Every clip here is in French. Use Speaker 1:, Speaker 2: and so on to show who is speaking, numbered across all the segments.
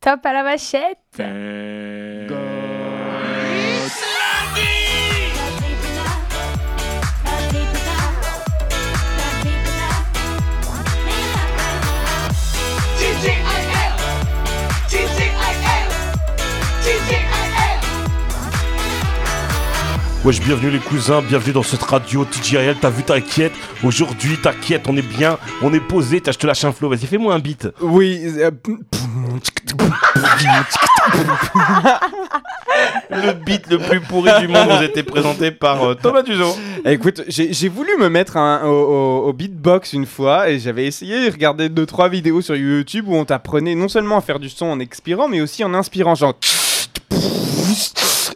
Speaker 1: Top à la machette
Speaker 2: Wesh, bienvenue les cousins, bienvenue dans cette radio TGRL, t'as vu, t'inquiète, aujourd'hui, t'inquiète, on est bien, on est posé, t'as, je te lâche un flow, vas-y, fais-moi un beat.
Speaker 3: Oui. euh,
Speaker 2: Le beat le plus pourri du monde vous était présenté par euh, Thomas Duzot.
Speaker 3: Écoute, j'ai j'ai voulu me mettre un- au, au- au beatbox une fois et j'avais essayé de regarder deux trois vidéos sur YouTube où on t'apprenait non seulement à faire du son en expirant mais aussi en inspirant genre.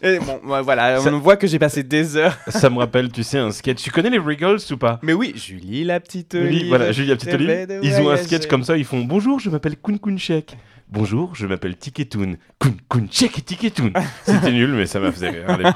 Speaker 3: Et bon, bah, voilà,
Speaker 2: Ça-
Speaker 3: on voit que j'ai passé des heures.
Speaker 2: Ça me rappelle, tu sais, un sketch. Tu connais les Riggles ou pas
Speaker 3: Mais oui, Julie la petite.
Speaker 2: Oui,
Speaker 3: olive,
Speaker 2: voilà, Julia Petite
Speaker 3: rêvait de
Speaker 2: Olive. Ils ont un
Speaker 3: voyager.
Speaker 2: sketch comme ça, ils font Bonjour, je m'appelle Kun Kun Shek. Bonjour, je m'appelle Tiketoon. Kun Kun Shek et Tiketoon. C'était nul, mais ça m'a fait rire. allez.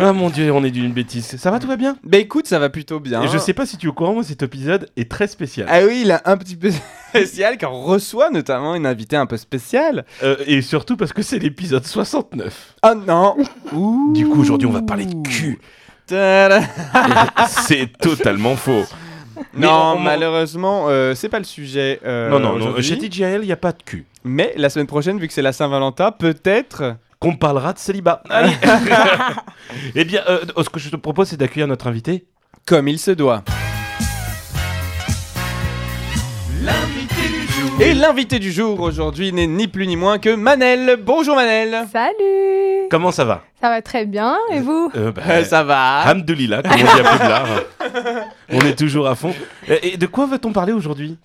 Speaker 2: Ah mon dieu, on est d'une bêtise. Ça va, tout va bien
Speaker 3: Bah écoute, ça va plutôt bien.
Speaker 2: Et Je sais pas si tu es au courant, mais cet épisode est très spécial.
Speaker 3: Ah oui, il a un petit peu spécial car on reçoit notamment une invitée un peu spéciale.
Speaker 2: Euh, et surtout parce que c'est l'épisode 69.
Speaker 3: Oh non Ouh.
Speaker 2: Du coup, aujourd'hui, on va parler de cul.
Speaker 3: Tada.
Speaker 2: c'est totalement faux. Mais
Speaker 3: Non,
Speaker 2: on- on-
Speaker 3: malheureusement, euh, c'est pas le sujet. euh,
Speaker 2: non, non, non.
Speaker 3: aujourd'hui.
Speaker 2: Chez TGL, il n'y a pas de cul.
Speaker 3: Mais la semaine prochaine, vu que c'est la Saint-Valentin, peut-être.
Speaker 2: Qu'on parlera de célibat. Allez Eh bien, euh, ce que je te propose, c'est d'accueillir notre invité.
Speaker 3: Comme il se doit. Et l'invité du jour aujourd'hui n'est ni plus ni moins que Manel. Bonjour Manel.
Speaker 1: Salut
Speaker 2: Comment ça va
Speaker 1: Ça va très bien, et vous
Speaker 2: euh, bah,
Speaker 3: Euh, ça va.
Speaker 2: Hamdoulilah, comme on dit à Poudlard. on est toujours à fond. Et, et de quoi va-t-on parler aujourd'hui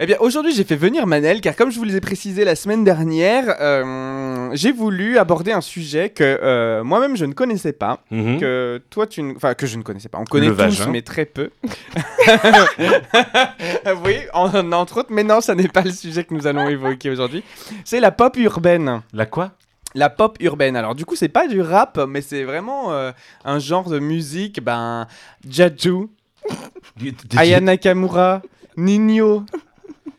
Speaker 3: Eh bien, aujourd'hui, j'ai fait venir Manel, car comme je vous l'ai précisé la semaine dernière, euh, j'ai voulu aborder un sujet que euh, moi-même je ne connaissais pas,
Speaker 2: Mhm.
Speaker 3: que toi tu, ne- enfin que je ne connaissais pas. On connaît tous,
Speaker 2: vagin.
Speaker 3: mais très peu. oui, en- entre autres. Mais non, ça n'est pas le sujet que nous allons évoquer aujourd'hui. C'est la pop urbaine.
Speaker 2: La quoi
Speaker 3: La pop urbaine. Alors du coup, c'est pas du rap, mais c'est vraiment euh, un genre de musique, ben, Jaju,
Speaker 2: Du- du- du-
Speaker 3: Aya Nakamura, Nino,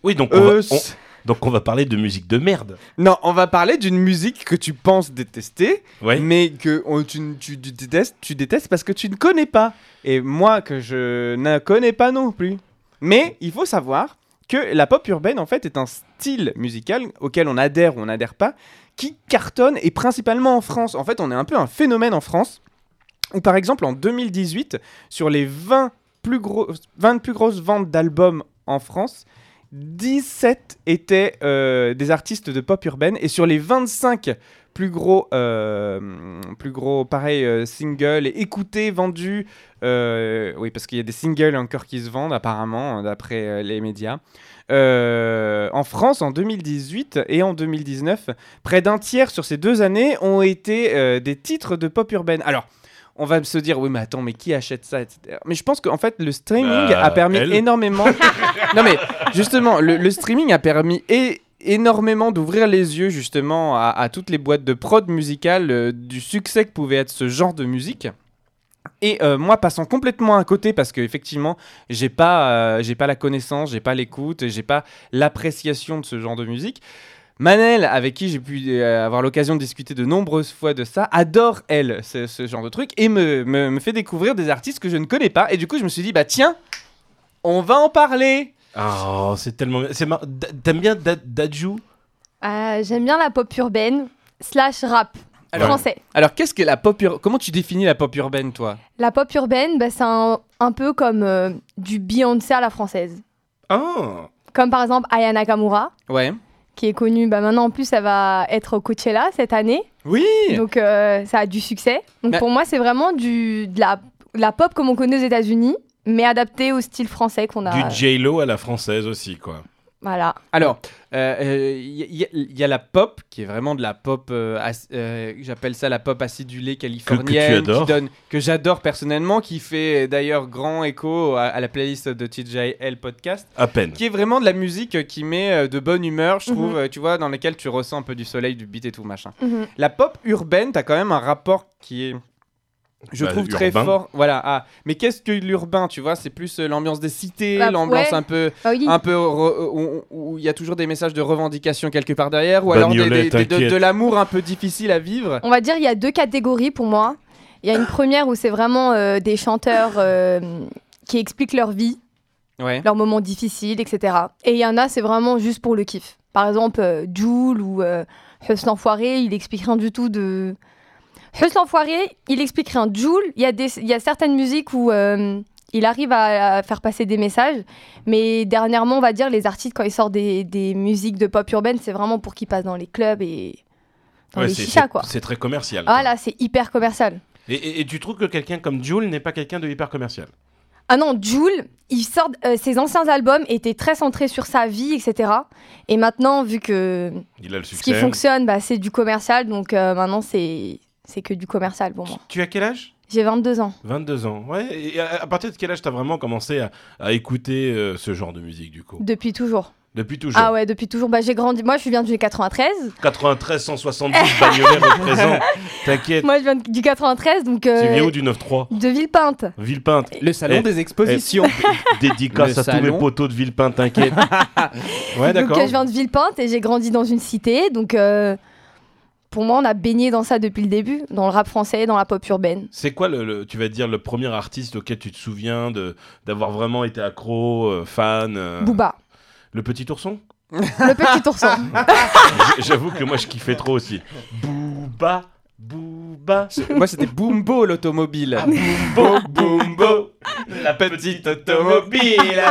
Speaker 2: Oui, donc on, va,
Speaker 3: Eus.
Speaker 2: on- donc on va parler de musique de merde.
Speaker 3: Non, on va parler d'une musique que tu penses détester,
Speaker 2: Ouais.
Speaker 3: mais que on- tu, ne- tu- tu détestes, tu détestes parce que tu ne connais pas. Et moi, que je ne connais pas non plus. Mais il faut savoir que la pop urbaine, en fait, est un style musical auquel on adhère ou on n'adhère pas, qui cartonne, et principalement en France. En fait, on est un peu un phénomène en France, où par exemple, en 2018, sur les 20 plus, gros, 20 plus grosses ventes d'albums en France, 17 étaient euh, des artistes de pop urbaine et sur les 25 plus gros, euh, plus gros pareil, euh, singles et écoutés, vendus, euh, oui parce qu'il y a des singles encore qui se vendent apparemment euh, d'après euh, les médias, Euh, en France en 2018 et en 2019, près d'un tiers sur ces deux années ont été euh, des titres de pop urbaine. Alors, on va se dire, oui mais attends, mais qui achète ça etc. Mais je pense qu'en fait le streaming
Speaker 2: Bah,
Speaker 3: a permis
Speaker 2: elle.
Speaker 3: énormément... non mais Justement, le, le streaming a permis é- énormément d'ouvrir les yeux justement à, à toutes les boîtes de prod musicale euh, du succès que pouvait être ce genre de musique. Et euh, moi, passant complètement à côté, parce que effectivement, j'ai pas, euh, j'ai pas la connaissance, j'ai pas l'écoute, j'ai pas l'appréciation de ce genre de musique. Manel, avec qui j'ai pu euh, avoir l'occasion de discuter de nombreuses fois de ça, adore elle ce, ce genre de truc et me, me- me fait découvrir des artistes que je ne connais pas. Et du coup, je me suis dit bah tiens, on va en parler.
Speaker 2: Oh, c'est tellement. c'est mar- Da- T'aimes bien Da- Dadju
Speaker 1: Euh, J'aime bien la pop urbaine slash rap
Speaker 2: Alors-
Speaker 1: français.
Speaker 3: Alors, qu'est-ce que la pop urbaine Comment tu définis la pop urbaine, toi
Speaker 1: La pop urbaine, bah, c'est un, un peu comme euh, du Beyoncé à la française.
Speaker 2: Ah
Speaker 1: Comme par exemple Aya Nakamura,
Speaker 3: Ouais.
Speaker 1: qui est connue, bah, maintenant en plus elle va être au Coachella cette année,
Speaker 3: Oui
Speaker 1: donc euh, ça a du succès. Donc
Speaker 3: Bah-
Speaker 1: pour moi c'est vraiment du, de, la, de la pop comme on connaît aux États-Unis, mais adaptée au style français qu'on a.
Speaker 2: Du J-Lo à la française aussi, quoi.
Speaker 1: Voilà.
Speaker 3: Alors, il y, y- y a la pop, qui est vraiment de la pop, euh, as- euh, j'appelle ça la pop acidulée californienne,
Speaker 2: Que- que tu adores.
Speaker 3: qui donne- que j'adore personnellement, qui fait euh, d'ailleurs grand écho à, à la playlist de TJL Podcast,
Speaker 2: À peine.
Speaker 3: qui est vraiment de la musique euh, qui met euh, de bonne humeur, je
Speaker 1: Mhm.
Speaker 3: trouve, euh, tu vois, dans laquelle tu ressens un peu du soleil, du beat et tout, machin.
Speaker 1: Mhm.
Speaker 3: La pop urbaine, t'as quand même un rapport qui est Je
Speaker 2: Bah,
Speaker 3: trouve très
Speaker 2: urbain.
Speaker 3: fort. Voilà. ah, Mais qu'est-ce que l'urbain, tu vois C'est plus euh, l'ambiance des cités,
Speaker 1: Bah,
Speaker 3: l'ambiance
Speaker 1: ouais.
Speaker 3: un peu,
Speaker 1: Ah oui.
Speaker 3: un peu re- où- où où il y a toujours des messages de revendication quelque part derrière, ou alors des-
Speaker 2: Bagnolet,
Speaker 3: des- des- de,
Speaker 2: t'inquiète.
Speaker 3: de l'amour un peu difficile à vivre.
Speaker 1: On va dire il y a deux catégories pour moi. Il y a une première où c'est vraiment euh, des chanteurs euh, qui expliquent leur vie,
Speaker 3: Ouais.
Speaker 1: leurs moments difficiles, etc. Et il y en a, c'est vraiment juste pour le kiff. Par exemple, euh, Jul ou euh, Husn Enfoiré, il explique rien du tout de. Husn Enfoiré, il explique rien. Jul, il y, a des- il y a certaines musiques où euh, il arrive à, à faire passer des messages, mais dernièrement, on va dire, les artistes, quand ils sortent des, des musiques de pop urbaine, c'est vraiment pour qu'ils passent dans les clubs et dans
Speaker 2: Ouais,
Speaker 1: les
Speaker 2: c'est-
Speaker 1: chichas,
Speaker 2: c'est-
Speaker 1: quoi.
Speaker 2: C'est très commercial.
Speaker 1: Ah là, c'est hyper commercial.
Speaker 2: Et, et- et tu trouves que quelqu'un comme Jules n'est pas quelqu'un de hyper commercial
Speaker 1: Ah non, Jules, il sort, euh, ses anciens albums étaient très centrés sur sa vie, etc. Et maintenant, vu que
Speaker 2: Il a le
Speaker 1: ce
Speaker 2: succès.
Speaker 1: qui fonctionne, bah, c'est du commercial, donc euh, maintenant, c'est c'est que du commercial pour
Speaker 2: Tu,
Speaker 1: moi.
Speaker 2: tu as quel âge
Speaker 1: J'ai 22 ans.
Speaker 2: 22 ans. Ouais. Et à, à partir de quel âge t'as vraiment commencé à, à écouter euh, ce genre de musique du coup
Speaker 1: Depuis toujours.
Speaker 2: Depuis toujours.
Speaker 1: Ah ouais, depuis toujours. Bah, j'ai grandi. Moi, je viens du 93.
Speaker 2: 93, 170, Bagnolet représente. T'inquiète.
Speaker 1: Moi, je viens du 93, donc. euh,
Speaker 2: Tu viens où du 9-3
Speaker 1: de Villepinte.
Speaker 2: Villepinte.
Speaker 3: Le salon
Speaker 2: Eh,
Speaker 3: des expositions.
Speaker 2: Dédicace
Speaker 3: Le
Speaker 2: à tous mes
Speaker 3: salon.
Speaker 2: poteaux de Villepinte, t'inquiète.
Speaker 1: donc,
Speaker 2: ouais, d'accord.
Speaker 1: euh, je viens de Villepinte et j'ai grandi dans une cité. Donc, euh, pour moi, on a baigné dans ça depuis le début, dans le rap français, dans la pop urbaine.
Speaker 2: C'est quoi, le, le- tu vas dire, le premier artiste auquel tu te souviens de- d'avoir vraiment été accro, euh, fan euh,
Speaker 1: Booba,
Speaker 2: Le petit ourson
Speaker 1: le petit ourson.
Speaker 2: J- J'avoue que moi, je kiffais trop aussi. Booba, Booba,
Speaker 3: Moi, c'était Boombo l'automobile.
Speaker 1: Ah.
Speaker 2: Bo, Boombo, la petite automobile.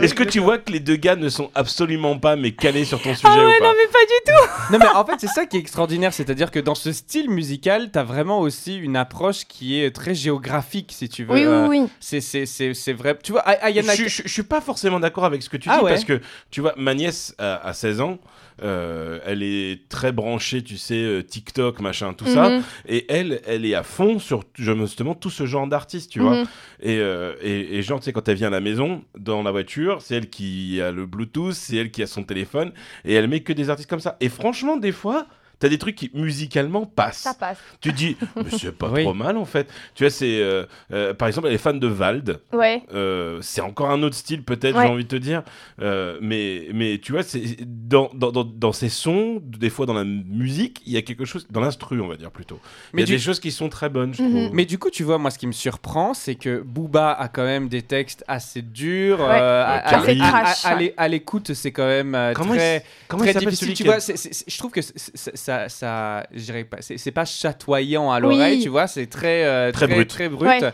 Speaker 2: Est-ce que tu vois que les deux gars ne sont absolument pas mais calés sur ton sujet ou pas
Speaker 1: Ah mais pas du
Speaker 3: Non mais en fait c'est ça qui est extraordinaire, c'est-à-dire que dans ce style musical, t'as vraiment aussi une approche qui est très géographique si tu veux.
Speaker 1: Oui,
Speaker 3: Euh,
Speaker 1: oui, oui.
Speaker 3: C'est c'est c'est c'est vrai. Tu vois, A- Ayana.
Speaker 2: je, je- je suis pas forcément d'accord avec ce que tu dis
Speaker 3: Ah ouais.
Speaker 2: parce que tu vois ma nièce à, 16 ans euh, elle est très branchée tu sais euh, TikTok machin tout ça
Speaker 1: Mhm,
Speaker 2: et elle elle est à fond sur t- justement tout ce genre d'artistes tu vois
Speaker 1: mhm.
Speaker 2: et, euh, et, et genre, tu sais, quand elle vient à la maison, dans la voiture, c'est elle qui a le Bluetooth, c'est elle qui a son téléphone, et elle met que des artistes comme ça. Et franchement, des fois, t'as des trucs qui musicalement passent.
Speaker 1: Ça passe.
Speaker 2: Tu te dis, mais c'est pas
Speaker 3: Oui.
Speaker 2: trop mal en fait. Tu vois, c'est. euh, euh, par exemple, elle est fan de Vald.
Speaker 1: Ouais.
Speaker 2: Euh, c'est encore un autre style peut-être
Speaker 1: Ouais.
Speaker 2: j'ai envie de te dire Euh, mais mais tu vois c'est dans, dans, dans, dans ces sons des fois dans la musique il y a quelque chose dans l'instru on va dire plutôt il y
Speaker 3: Mais
Speaker 2: a
Speaker 3: du-
Speaker 2: des choses qui sont très bonnes je
Speaker 1: Mhm.
Speaker 2: trouve
Speaker 3: Mais du coup, tu vois, moi, ce qui me surprend, c'est que Booba a quand même des textes assez durs.
Speaker 1: Ouais.
Speaker 3: euh, à- à-
Speaker 2: Assez
Speaker 3: à-
Speaker 1: trash,
Speaker 3: à- à
Speaker 1: ouais.
Speaker 3: l'é- à l'écoute, c'est quand même euh,
Speaker 2: Comment il
Speaker 3: très,
Speaker 2: s- comment
Speaker 3: très
Speaker 2: il s'appelle
Speaker 3: difficile.
Speaker 2: celui
Speaker 3: Tu
Speaker 2: qui a-
Speaker 3: vois, c'est- c'est- c'est- je trouve que c'est- c'est- ça, ça, je dirais pas, c'est c'est pas chatoyant à l'oreille,
Speaker 1: Oui.
Speaker 3: tu vois, c'est très, euh,
Speaker 2: Très brut.
Speaker 3: brut.
Speaker 1: Ouais.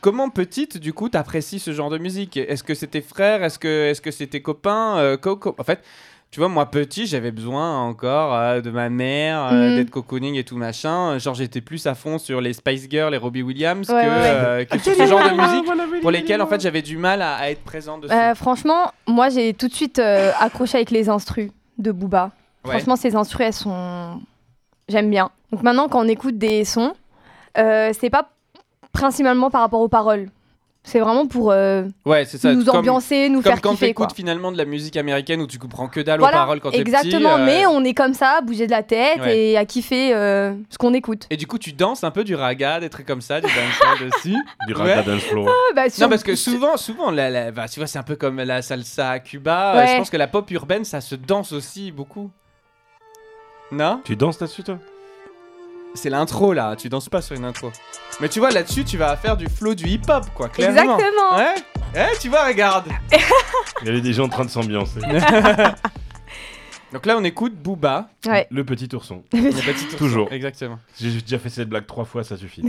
Speaker 3: Comment petite, du coup, t'apprécies ce genre de musique Est-ce que c'est tes frères Est-ce que est-ce que c'est tes copains Euh, co- co- En fait, tu vois, moi petit, j'avais besoin encore euh, de ma mère, euh,
Speaker 1: Mhm.
Speaker 3: d'être cocooning et tout machin. Genre, j'étais plus à fond sur les Spice Girls, les Robbie Williams
Speaker 1: Ouais,
Speaker 3: que,
Speaker 1: ouais, ouais.
Speaker 3: euh,
Speaker 2: Ah,
Speaker 3: que sur ce genre de musique pour lesquelles, en fait, j'avais du mal à, à être présent dessus.
Speaker 1: Euh, franchement, moi, j'ai tout de suite euh, accroché avec les instrus de Booba.
Speaker 3: Ouais.
Speaker 1: Franchement, ces instrus, elles sont. J'aime bien. Donc maintenant, quand on écoute des sons, euh, c'est pas principalement par rapport aux paroles. C'est vraiment pour euh,
Speaker 3: ouais, c'est ça.
Speaker 1: nous
Speaker 3: comme-
Speaker 1: ambiancer, nous
Speaker 3: Comme
Speaker 1: faire
Speaker 3: quand
Speaker 1: kiffer. quoi.
Speaker 3: t'écoutes finalement de la musique américaine où tu comprends que dalle
Speaker 1: Voilà,
Speaker 3: aux paroles quand t'es petit.
Speaker 1: exactement.
Speaker 3: euh,
Speaker 1: Mais on est comme ça, à bouger de la tête
Speaker 3: Ouais.
Speaker 1: et à kiffer euh, ce qu'on écoute.
Speaker 3: Et du coup, tu danses un peu du raga, des trucs comme ça, du dancehall dessus.
Speaker 2: du
Speaker 3: Ouais.
Speaker 2: raga dance floor.
Speaker 1: Ouais, bah, sur-
Speaker 3: Non, parce que souvent, souvent, la, la- bah, tu vois, c'est un peu comme la salsa à Cuba.
Speaker 1: Ouais.
Speaker 3: Euh, Je pense que la pop urbaine, ça se danse aussi beaucoup. Non
Speaker 2: Tu danses là-dessus, toi
Speaker 3: C'est l'intro là, tu danses pas sur une intro. Mais tu vois, là-dessus, tu vas faire du flow du hip-hop, quoi, clairement.
Speaker 1: Exactement.
Speaker 3: Ouais, ouais, tu vois, regarde.
Speaker 2: Il y avait des gens en train de s'ambiancer.
Speaker 3: Donc là, on écoute Booba.
Speaker 1: Ouais.
Speaker 2: Le petit ourson.
Speaker 3: Le petit ourson.
Speaker 2: Toujours.
Speaker 3: Exactement.
Speaker 2: J'ai j'ai déjà fait cette blague trois fois, ça suffit.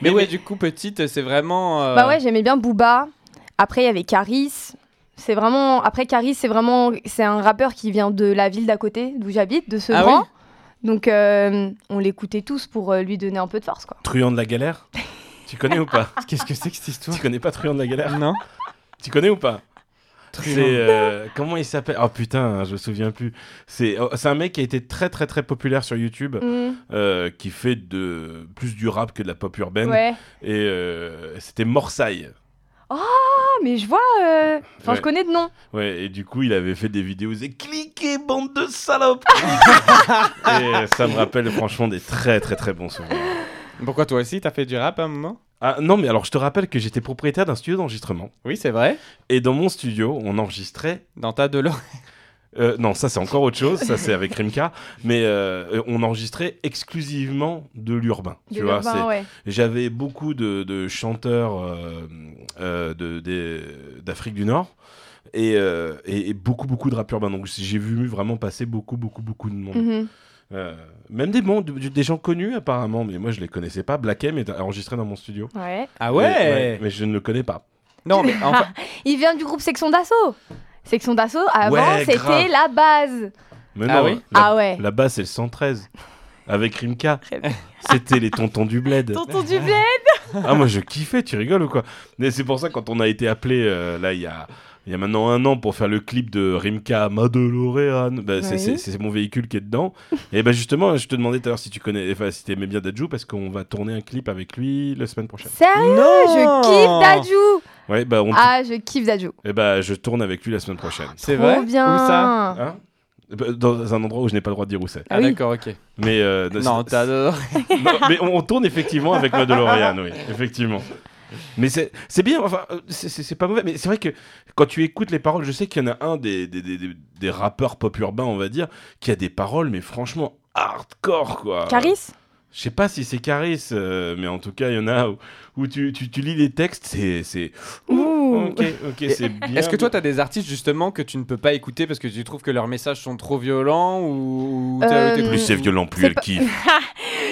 Speaker 3: Mais ouais, du coup, petite, c'est vraiment. euh,
Speaker 1: Bah ouais, j'aimais bien Booba. Après, il y avait Caris. C'est vraiment. Après, Caris, c'est vraiment. C'est un rappeur qui vient de la ville d'à côté, d'où j'habite, de
Speaker 3: Ah
Speaker 1: Sevran. Donc, euh, on l'écoutait tous pour euh, lui donner un peu de force, quoi.
Speaker 2: Truand de la galère Tu connais ou pas
Speaker 3: Qu'est-ce que c'est que cette histoire
Speaker 2: Tu connais pas Truand de la galère
Speaker 3: Non.
Speaker 2: Tu connais ou pas
Speaker 3: Truand.
Speaker 2: C'est euh, comment il s'appelle Oh putain, je me souviens plus. C'est oh, c'est un mec qui a été très très très populaire sur YouTube, euh, qui fait de plus du rap que de la pop urbaine.
Speaker 1: Ouais.
Speaker 2: Et euh, c'était Morsaille.
Speaker 1: Ah, mais je vois. euh, Enfin,
Speaker 2: Ouais.
Speaker 1: je connais de nom.
Speaker 2: Ouais, et du coup, il avait fait des vidéos, et cliquez, bande de salopes Et ça me rappelle franchement des très très très bons souvenirs.
Speaker 3: Pourquoi toi aussi, t'as fait du rap à un moment
Speaker 2: Ah, non, mais alors je te rappelle que j'étais propriétaire d'un studio d'enregistrement.
Speaker 3: Oui, c'est vrai.
Speaker 2: Et dans mon studio, on enregistrait
Speaker 3: Dans ta Delors.
Speaker 2: Euh, non, ça c'est encore autre chose, ça c'est avec Rimka, mais euh, on enregistrait exclusivement de l'urbain.
Speaker 1: De
Speaker 2: Tu vois,
Speaker 1: l'urbain,
Speaker 2: c'est-
Speaker 1: ouais.
Speaker 2: j'avais beaucoup de, de chanteurs euh, euh, de- des- d'Afrique du Nord et, euh, et- et beaucoup beaucoup de rap urbain. Donc j'ai vu vraiment passer beaucoup beaucoup beaucoup de monde,
Speaker 1: Mhm.
Speaker 2: Euh, même des, bons- de- des gens connus apparemment, mais moi je les connaissais pas. Black M est enregistré dans mon studio.
Speaker 1: Ouais.
Speaker 3: Ah
Speaker 2: Mais-
Speaker 3: ouais,
Speaker 2: mais je ne le connais pas.
Speaker 3: Non, mais enfin,
Speaker 1: Il vient du groupe Section d'Assaut. Section d'Assaut, avant,
Speaker 2: Ouais, grave.
Speaker 1: c'était la base.
Speaker 2: Mais
Speaker 3: Ah
Speaker 2: non,
Speaker 3: oui
Speaker 2: la-
Speaker 1: ah ouais.
Speaker 2: Là-bas, c'est le 113. Avec Rimka, c'était les tontons du bled.
Speaker 1: Tonton du blé
Speaker 2: Ah, moi je kiffais, tu rigoles ou quoi Mais c'est pour ça, quand on a été appelé euh, là, il y a, il y a maintenant un an pour faire le clip de Rimka Madelorean, bah, c'est-
Speaker 1: Oui.
Speaker 2: c'est c'est mon véhicule qui est dedans. Et bah justement, je te demandais tout à l'heure si tu connais, enfin, si t'aimais bien Dajou, parce qu'on va tourner un clip avec lui la semaine prochaine.
Speaker 1: Sérieux
Speaker 3: non,
Speaker 1: Ah, Je kiffe Dadju
Speaker 2: Ouais, bah, on,
Speaker 1: Ah, je kiffe Dadju.
Speaker 2: et bah je tourne avec lui la semaine prochaine.
Speaker 3: C'est
Speaker 1: Trop
Speaker 3: vrai.
Speaker 1: bien Ah
Speaker 3: Où ça
Speaker 2: Hein Bah, dans un endroit où je n'ai pas le droit de dire où c'est.
Speaker 3: Ah,
Speaker 1: oui.
Speaker 3: d'accord, ok.
Speaker 2: Mais euh,
Speaker 3: Non,
Speaker 2: c'est-
Speaker 3: t'as Delors.
Speaker 2: Non, mais on, on tourne effectivement avec la DeLorean, oui, effectivement. Mais c'est c'est bien, enfin, euh, c'est- c'est c'est pas mauvais, mais c'est vrai que quand tu écoutes les paroles, je sais qu'il y en a un des, des, des, des- des rappeurs pop urbains, on va dire, qui a des paroles, mais franchement, hardcore, quoi.
Speaker 1: Caris
Speaker 2: Je sais pas si c'est Caris, euh, mais en tout cas, il y en a où, où tu, tu, tu lis les textes, c'est. c'est-
Speaker 1: Ouh.
Speaker 2: Ok, ok, c'est bien.
Speaker 3: Est-ce que toi, t'as des artistes justement que tu ne peux pas écouter parce que tu trouves que leurs messages sont trop violents ou. ou t'as-
Speaker 1: Euh,
Speaker 3: t'écoutes-
Speaker 2: Plus c'est violent, plus
Speaker 1: C'est
Speaker 2: elle
Speaker 1: pas-
Speaker 2: kiffe.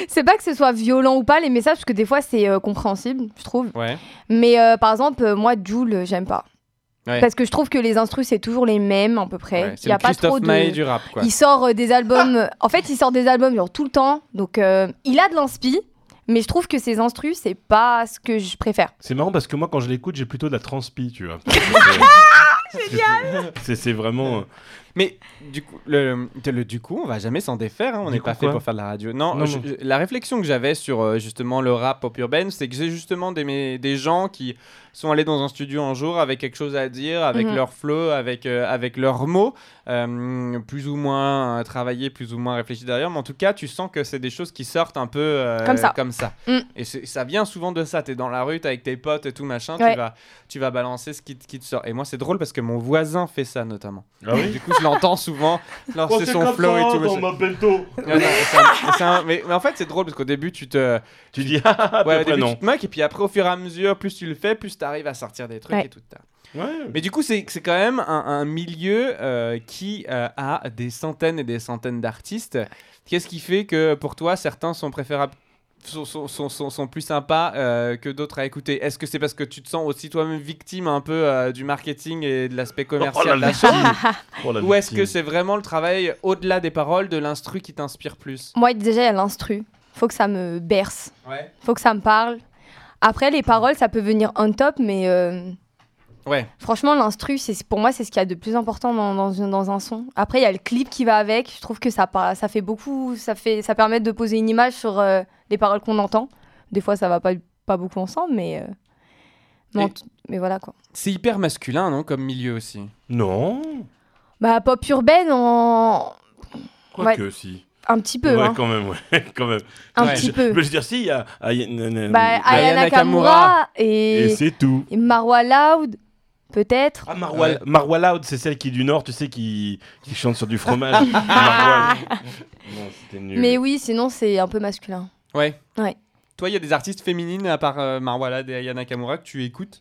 Speaker 1: C'est pas que ce soit violent ou pas les messages, parce que des fois c'est euh, compréhensible, je trouve.
Speaker 3: Ouais.
Speaker 1: Mais euh, par exemple, euh, moi, Joule, euh, j'aime pas.
Speaker 3: Ouais.
Speaker 1: Parce que je trouve que les instrus, c'est toujours les mêmes à peu près.
Speaker 3: Ouais,
Speaker 1: Il
Speaker 3: C'est
Speaker 1: y a
Speaker 3: le
Speaker 1: pas trop
Speaker 3: Christophe
Speaker 1: de.
Speaker 3: Maé du rap, quoi. Ah
Speaker 1: Il sort euh, des albums. en fait, il sort des albums genre tout le temps. Donc, euh, il a de l'inspi. Mais je trouve que ses instrus, c'est pas ce que je préfère.
Speaker 2: C'est marrant parce que moi, quand je l'écoute, j'ai plutôt de la transpi, tu vois. Génial
Speaker 1: Ah,
Speaker 2: C'est vraiment. euh,
Speaker 3: Mais du coup, le, le- du coup, on va jamais s'en défaire. hein, On
Speaker 2: Du
Speaker 3: n'est
Speaker 2: coup,
Speaker 3: pas fait
Speaker 2: quoi
Speaker 3: pour faire de la radio. Non,
Speaker 2: Non,
Speaker 3: je-
Speaker 2: non.
Speaker 3: je- la réflexion que j'avais sur euh, justement le rap pop urbaine, c'est que j'ai justement des, mes- des gens qui sont allés dans un studio un jour avec quelque chose à dire, avec
Speaker 1: Mhm.
Speaker 3: leur flow, avec, euh, avec leurs mots, euh, plus ou moins euh, travaillés, plus ou moins réfléchis derrière. Mais en tout cas, tu sens que c'est des choses qui sortent un peu euh,
Speaker 1: Comme ça. Mm.
Speaker 3: Et c'est- ça vient souvent de ça. Tu es dans la rue, t'es avec tes potes et tout machin,
Speaker 1: Ouais.
Speaker 3: tu, vas, tu vas balancer ce qui, te- qui te sort. Et moi, c'est drôle parce que mon voisin fait ça notamment.
Speaker 2: Ah oui
Speaker 3: Du coup, je l'entends souvent
Speaker 2: Oh,
Speaker 3: lancer
Speaker 2: c'est
Speaker 3: son
Speaker 2: comme
Speaker 3: flow
Speaker 2: ça,
Speaker 3: et tout. machin.
Speaker 2: dans ma bento.
Speaker 3: Non, non, c'est un- c'est un- mais, mais en fait, c'est drôle parce qu'au début, tu te,
Speaker 2: Tu dis ah, ah, ah, puis
Speaker 3: ouais, au
Speaker 2: après
Speaker 3: début,
Speaker 2: non.
Speaker 3: tu te moques et puis après, au fur et à mesure, plus tu le fais, plus tu arrives à sortir des trucs
Speaker 1: Ouais.
Speaker 3: et tout. ça.
Speaker 2: Ouais.
Speaker 3: Mais du coup, c'est c'est quand même un, un milieu euh, qui euh, a des centaines et des centaines d'artistes. Qu'est-ce qui fait que pour toi, certains sont préférables sont, sont- sont- sont- sont plus sympas euh, que d'autres à écouter. Est-ce que c'est parce que tu te sens aussi toi-même victime un peu euh, du marketing et de l'aspect commercial
Speaker 2: Oh, la
Speaker 3: de la
Speaker 2: victime.
Speaker 3: chose
Speaker 2: Oh, la
Speaker 3: ou est-ce
Speaker 2: victime.
Speaker 3: que c'est vraiment le travail au-delà des paroles de l'instru qui t'inspire plus
Speaker 1: Moi, déjà, il y a l'instru. Faut que ça me berce.
Speaker 3: Ouais.
Speaker 1: Faut que ça me parle. Après, les paroles, ça peut venir on top, mais euh,
Speaker 3: Ouais.
Speaker 1: Franchement, l'instru, c'est pour moi, c'est ce qu'il y a de plus important dans, dans, une- dans un son. Après, il y a le clip qui va avec. Je trouve que ça, par- ça fait beaucoup, ça, fait, ça permet de poser une image sur euh, les paroles qu'on entend. Des fois, ça va pas, pas beaucoup ensemble, mais, euh, mais, en
Speaker 3: Et-
Speaker 1: tout- mais voilà quoi.
Speaker 3: C'est hyper masculin, non Comme milieu aussi.
Speaker 2: Non.
Speaker 1: Bah, pop urbaine, en...
Speaker 2: Quoique si.
Speaker 1: un petit peu,
Speaker 2: ouais,
Speaker 1: hein.
Speaker 2: quand même, ouais, quand même.
Speaker 1: un
Speaker 3: Ouais.
Speaker 1: petit
Speaker 2: Je-
Speaker 1: peu.
Speaker 2: Mais je veux dire, si, il y a. ah, il y a- nan, nan,
Speaker 1: Bah,
Speaker 2: nan,
Speaker 3: Aya
Speaker 1: Ayana
Speaker 3: Nakamura.
Speaker 1: Kamura
Speaker 2: Et
Speaker 1: et,
Speaker 2: c'est tout.
Speaker 1: et Marwa Loud, peut-être.
Speaker 2: Ah, Marwa,
Speaker 3: Euh,
Speaker 2: Marwa Loud, c'est celle qui est du Nord, tu sais, qui, qui chante sur du fromage. Marwa. Non, c'était nul.
Speaker 1: mais oui, sinon, c'est un peu masculin.
Speaker 3: Ouais.
Speaker 1: Ouais.
Speaker 3: Toi, il y a des artistes féminines à part euh, Marwalad et Aya Nakamura que tu écoutes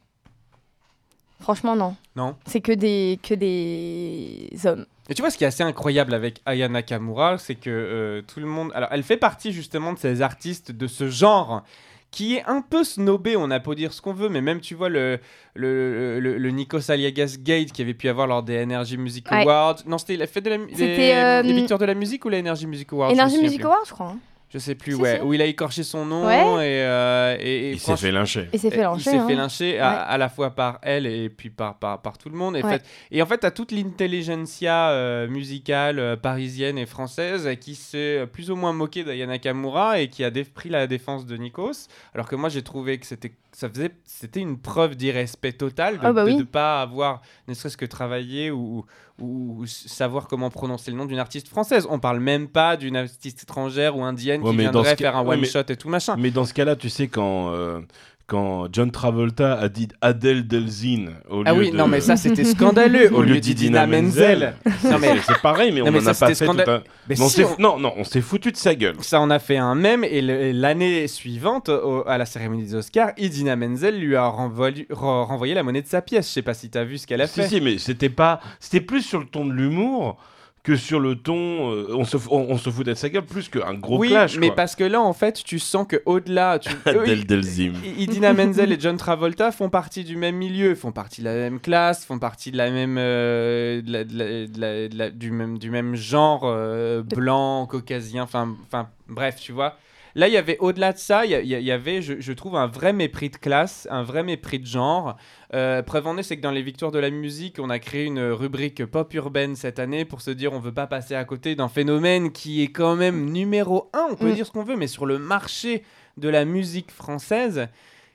Speaker 1: Franchement, non.
Speaker 3: Non.
Speaker 1: C'est que des, que des hommes.
Speaker 3: Et tu vois, ce qui est assez incroyable avec Aya Nakamura, c'est que euh, tout le monde. Alors, elle fait partie justement de ces artistes de ce genre qui est un peu snobé, on a beau dire ce qu'on veut, mais même tu vois le, le, le, le Nikos Aliagas Gate qui avait pu avoir lors des Energy Music
Speaker 1: Ouais.
Speaker 3: Awards. Non, c'était la fête de la mu-
Speaker 1: C'était,
Speaker 3: des-
Speaker 1: euh,
Speaker 3: des Victoires de la musique ou la Energy Music Awards je me
Speaker 1: Energy
Speaker 3: souviens
Speaker 1: Music
Speaker 3: plus.
Speaker 1: Award, je crois. hein.
Speaker 3: Je sais plus,
Speaker 1: Si,
Speaker 3: ouais.
Speaker 1: si.
Speaker 3: Où il a écorché son nom
Speaker 1: Ouais.
Speaker 3: et, euh, et- et
Speaker 2: Il s'est
Speaker 3: franchement,
Speaker 2: fait lyncher.
Speaker 1: Il s'est fait lyncher.
Speaker 3: il s'est
Speaker 1: hein.
Speaker 3: fait lyncher à, à la fois par elle et puis par, par, par tout le monde. Et,
Speaker 1: Ouais.
Speaker 3: fait- et en fait, à toute l'intelligentsia euh, musicale euh, parisienne et française euh, qui s'est euh, plus ou moins moquée d'Ayana Kamura et qui a dé- pris la défense de Nikos. Alors que moi, j'ai trouvé que c'était ça faisait, c'était une preuve d'irrespect total de ne
Speaker 1: Ah bah oui.
Speaker 3: pas avoir, ne serait-ce que travaillé ou, ou, ou savoir comment prononcer le nom d'une artiste française. On parle même pas d'une artiste étrangère ou indienne
Speaker 2: Ouais,
Speaker 3: qui
Speaker 2: mais dans ce
Speaker 3: viendrait
Speaker 2: cas-
Speaker 3: faire un
Speaker 2: ouais,
Speaker 3: one
Speaker 2: mais-
Speaker 3: shot et tout machin.
Speaker 2: Mais dans ce cas-là, tu sais, quand, euh, quand John Travolta a dit Adèle Delzine au
Speaker 3: Ah
Speaker 2: lieu
Speaker 3: oui,
Speaker 2: de-
Speaker 3: non mais ça c'était scandaleux au lieu d'Idina Menzel. Non
Speaker 2: C'est-
Speaker 3: mais,
Speaker 2: C'est pareil, mais
Speaker 3: Non,
Speaker 2: on
Speaker 3: mais
Speaker 2: en
Speaker 3: ça,
Speaker 2: a
Speaker 3: c'était
Speaker 2: pas fait tout
Speaker 3: scandale-
Speaker 2: un...
Speaker 3: mais
Speaker 2: Mais on
Speaker 3: si,
Speaker 2: s'est-
Speaker 3: on-
Speaker 2: Non, non, on s'est foutu de sa gueule.
Speaker 3: Ça en a fait un mème et le- l'année suivante, au- à la cérémonie des Oscars, Idina Menzel lui a renvolu- re- renvoyé la monnaie de sa pièce. Je sais pas si t'as vu ce qu'elle a
Speaker 2: Si,
Speaker 3: fait.
Speaker 2: si, mais c'était pas... C'était plus sur le ton de l'humour que sur le ton... euh, on, se... f- on, on se fout de sa gueule plus qu'un gros
Speaker 3: oui,
Speaker 2: clash,
Speaker 3: mais
Speaker 2: quoi.
Speaker 3: parce que là, en fait, tu sens que au-delà, tu... eux, ils-
Speaker 2: Adèle Delzine.
Speaker 3: I- Idina Menzel et John Travolta font partie du même milieu, font partie de la même classe, font partie de la même, euh, de la- de la- de la- de la- du même, du même genre euh, blanc, caucasien, enfin, enfin, bref, tu vois. Là, il y avait au-delà de ça, il y, a- il y a- il y avait, je, je trouve, un vrai mépris de classe, un vrai mépris de genre. Euh, preuve en est, c'est que dans les victoires de la musique, on a créé une rubrique pop urbaine cette année pour se dire on veut pas passer à côté d'un phénomène qui est quand même numéro un. On peut
Speaker 1: Mm.
Speaker 3: dire ce qu'on veut, mais sur le marché de la musique française,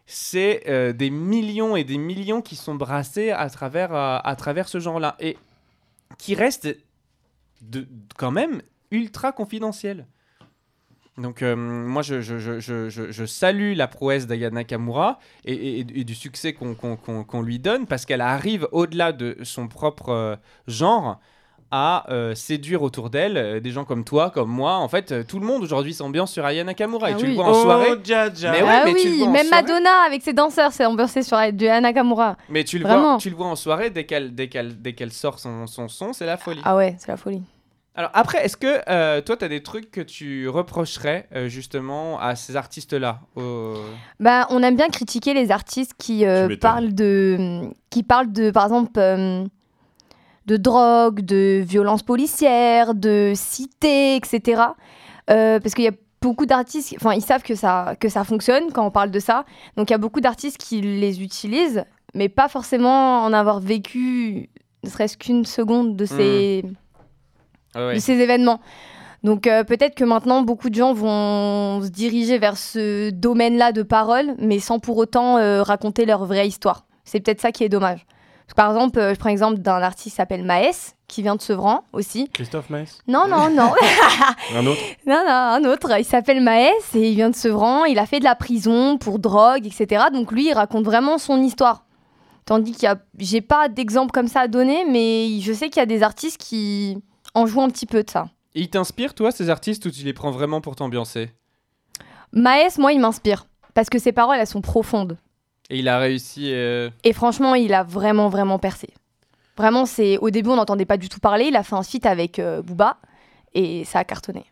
Speaker 3: c'est euh, des millions et des millions qui sont brassés à travers, euh, à travers ce genre-là et qui restent de, quand même ultra confidentiels. Donc euh, moi je, je- je- je- je- je salue la prouesse d'Ayana Kamura et, et- et du succès qu'on qu'on- qu'on- qu'on lui donne parce qu'elle arrive au-delà de son propre euh, genre à euh, séduire autour d'elle euh, des gens comme toi, comme moi. En fait, euh, tout le monde aujourd'hui s'ambiance sur Ayana Kamura et
Speaker 1: Ah
Speaker 3: tu
Speaker 1: oui.
Speaker 3: le vois
Speaker 2: Oh,
Speaker 3: en soirée. Mais Eh ouais,
Speaker 1: ah
Speaker 3: mais tu le
Speaker 1: oui,
Speaker 3: vois en
Speaker 1: même
Speaker 3: soirée.
Speaker 1: Madonna avec ses danseurs s'est embursée sur du Hana Kamura.
Speaker 3: Mais tu le,
Speaker 1: Vraiment.
Speaker 3: vois, tu le vois en soirée, dès qu'elle dès qu'elle- dès qu'elle sort son, son son, c'est la folie.
Speaker 1: Ah ouais, c'est la folie.
Speaker 3: Alors après, est-ce que euh, toi, tu as des trucs que tu reprocherais euh, justement à ces artistes-là au- euh,
Speaker 1: Bah, on aime bien critiquer les artistes qui euh,
Speaker 2: Tu m'étonnes.
Speaker 1: parlent de, qui parlent de, par exemple, euh, de drogue, de violence policière, de cité, etc. Euh, parce qu'il y a beaucoup d'artistes, enfin, ils savent que ça, que ça fonctionne quand on parle de ça. Donc, il y a beaucoup d'artistes qui les utilisent, mais pas forcément en avoir vécu ne serait-ce qu'une seconde
Speaker 2: Hmm.
Speaker 1: de ces,
Speaker 3: Ah ouais.
Speaker 1: de ces événements. Donc euh, peut-être que maintenant, beaucoup de gens vont se diriger vers ce domaine-là de parole, mais sans pour autant euh, raconter leur vraie histoire. C'est peut-être ça qui est dommage. Parce que, par exemple, euh, je prends l'exemple d'un artiste qui s'appelle Maes, qui vient de Sevran aussi.
Speaker 2: Christophe Maes
Speaker 1: Non, non, non,
Speaker 2: Un autre
Speaker 1: non, non, un autre. Il s'appelle Maes et il vient de Sevran. Il a fait de la prison pour drogue, etc. Donc lui, il raconte vraiment son histoire. Tandis qu'il y a, j'ai pas d'exemple comme ça à donner, mais je sais qu'il y a des artistes qui en jouent un petit peu de ça.
Speaker 3: Ils t'inspirent, toi, ces artistes, ou tu les prends vraiment pour t'ambiancer
Speaker 1: Maes, moi, il m'inspire. Parce que ses paroles, elles sont profondes.
Speaker 3: Et il a réussi... euh,
Speaker 1: Et franchement, il a vraiment, vraiment percé. Vraiment, c'est au début, on n'entendait pas du tout parler. Il a fait un feat avec euh, Booba et ça a cartonné.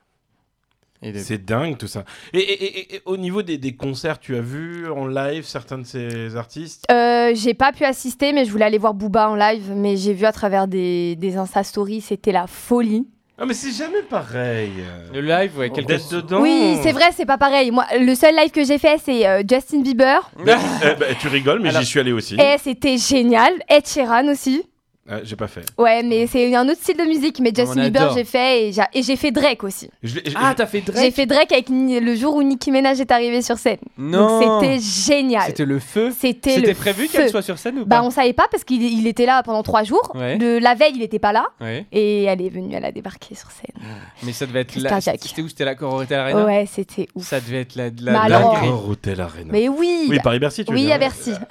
Speaker 3: il est-
Speaker 2: C'est dingue tout ça. Et, et- et- et au niveau des, des concerts, tu as vu en live certains de ces artistes
Speaker 1: Euh, j'ai pas pu assister, mais je voulais aller voir Booba en live. Mais j'ai vu à travers des, des Insta Stories, c'était la folie.
Speaker 2: Ah mais c'est jamais pareil.
Speaker 3: Le live, ouais, quelque
Speaker 2: D'être dedans.
Speaker 1: Oui, c'est vrai, c'est pas pareil. Moi, le seul live que j'ai fait, c'est euh, Justin Bieber.
Speaker 2: Mais- eh ben, tu rigoles, mais
Speaker 3: Alors-
Speaker 2: j'y suis allé aussi.
Speaker 1: Et c'était génial. Ed Sheeran aussi.
Speaker 2: Ah, j'ai pas fait.
Speaker 1: Ouais, mais c'est un autre style de musique. Mais
Speaker 3: Ah, On
Speaker 1: Justin Bieber,
Speaker 3: adore.
Speaker 1: j'ai fait et j'a- et j'ai fait Drake aussi.
Speaker 2: Je l'ai- je-
Speaker 3: Ah, t'as fait
Speaker 1: J'ai
Speaker 3: Drake
Speaker 1: fait Drake avec Ni- le jour où Nicki Minaj est arrivée sur scène.
Speaker 3: Non
Speaker 1: Donc c'était génial.
Speaker 3: C'était le feu
Speaker 1: C'était
Speaker 3: C'était
Speaker 1: le
Speaker 3: prévu
Speaker 1: feu.
Speaker 3: qu'elle soit sur scène ou
Speaker 1: Bah
Speaker 3: pas
Speaker 1: on savait pas parce qu'il il était là pendant trois jours.
Speaker 3: Ouais.
Speaker 1: Le- la veille il était pas là
Speaker 3: Ouais.
Speaker 1: et elle est venue, elle a débarqué sur scène.
Speaker 3: Mais ça devait être
Speaker 1: Chris
Speaker 3: là...
Speaker 1: Cardiac.
Speaker 3: C'était où C'était la Cororité Arena
Speaker 1: Ouais c'était ouf.
Speaker 3: Ça devait être la, la,
Speaker 1: Mais
Speaker 3: la
Speaker 2: La
Speaker 1: alors-
Speaker 3: dinguerie.
Speaker 2: Grand Hôtel Arena.
Speaker 1: Mais oui.
Speaker 2: Oui,
Speaker 1: bah-
Speaker 2: Paris-Bercy, tu veux
Speaker 1: oui
Speaker 2: dire.
Speaker 1: à Bercy.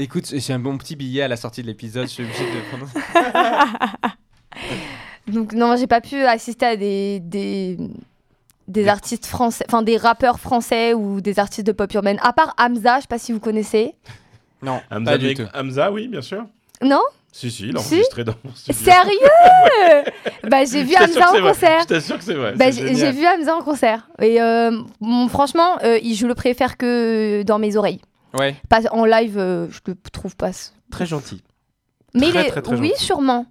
Speaker 3: Écoute, j'ai un bon petit billet à la sortie de l'épisode, je suis obligé de le prendre.
Speaker 1: Donc non j'ai pas pu assister à des des des artistes français, enfin des rappeurs français ou des artistes de pop urbaine. À part Hamza, je sais pas si vous connaissez.
Speaker 3: Non,
Speaker 2: Hamza,
Speaker 3: pas du
Speaker 2: avec-
Speaker 3: tout.
Speaker 2: Hamza, oui, bien sûr.
Speaker 1: Non
Speaker 2: Si, si, il a enregistré dans mon studio.
Speaker 1: Sérieux Bah j'ai vu
Speaker 2: Je
Speaker 1: Hamza
Speaker 2: t'assure que c'est
Speaker 1: en
Speaker 2: vrai.
Speaker 1: concert.
Speaker 2: Je t'assure que Ah, c'est vrai.
Speaker 1: Bah,
Speaker 3: C'est
Speaker 1: j'ai
Speaker 3: génial.
Speaker 1: j'ai vu Hamza en concert. Et euh, bon, franchement, euh, il- je le préfère que dans mes oreilles.
Speaker 3: Ouais.
Speaker 1: Pas, en live, euh, je le trouve pas.
Speaker 3: Très gentil.
Speaker 1: Mais il
Speaker 2: Très,
Speaker 1: est-
Speaker 2: très, très
Speaker 1: oui,
Speaker 2: gentil.
Speaker 1: sûrement.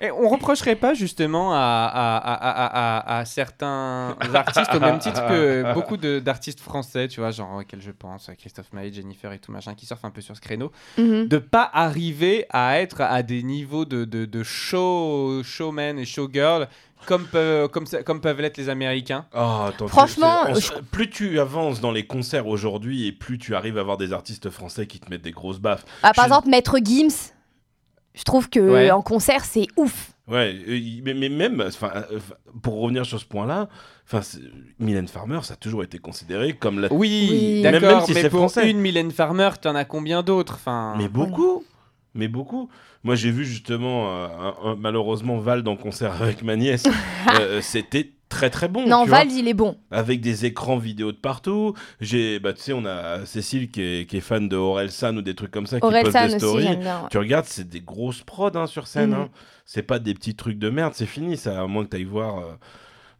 Speaker 3: Et on reprocherait pas justement à, à, à- à- à- à- à certains artistes, au même titre que beaucoup de- d'artistes français, tu vois, genre auxquels je pense, euh, Christophe Maé, Jennifer et tout machin, qui surfent un peu sur ce créneau,
Speaker 1: Mhm.
Speaker 3: de pas arriver à être à des niveaux de, de, de show, showman et showgirl comme, peu- comme, ça- comme peuvent l'être les Américains.
Speaker 2: Ah, attends, tu-
Speaker 1: Franchement,
Speaker 2: c'est- on s- plus tu avances dans les concerts aujourd'hui et plus tu arrives à avoir des artistes français qui te mettent des grosses baffes.
Speaker 1: Ah, par
Speaker 2: Je-
Speaker 1: exemple, Maître Gims, je trouve que
Speaker 3: Ouais.
Speaker 1: en concert, c'est ouf.
Speaker 2: Ouais, euh, il- mais, mais même, enfin, euh, enfin, pour revenir sur ce point-là, enfin, c'est- Mylène Farmer, ça a toujours été considéré comme
Speaker 1: Oh,
Speaker 2: la.
Speaker 3: Oui,
Speaker 1: Oui.
Speaker 3: d'accord,
Speaker 2: Même- même si
Speaker 3: mais
Speaker 2: c'est
Speaker 3: pour
Speaker 2: français.
Speaker 3: une Mylène Farmer, t'en as combien d'autres enfin,
Speaker 2: Mais beaucoup, mais beaucoup. Moi, j'ai vu justement, euh, un- un- malheureusement, Vald en concert avec ma nièce. Euh, C'était très très bon.
Speaker 1: non,
Speaker 2: tu vois.
Speaker 1: Valls, il est bon.
Speaker 2: avec des écrans vidéo de partout. J'ai, bah, tu sais, on a Cécile qui est, qui est fan de Orelsan ou des trucs comme ça qui
Speaker 1: Aurel
Speaker 2: postent
Speaker 1: San
Speaker 2: des
Speaker 1: aussi,
Speaker 2: stories.
Speaker 1: j'aime bien. ouais.
Speaker 2: Tu regardes, c'est des grosses prods hein, sur scène.
Speaker 1: Mhm.
Speaker 2: hein. C'est pas des petits trucs de merde, c'est fini. Ça, à moins que tu ailles voir euh,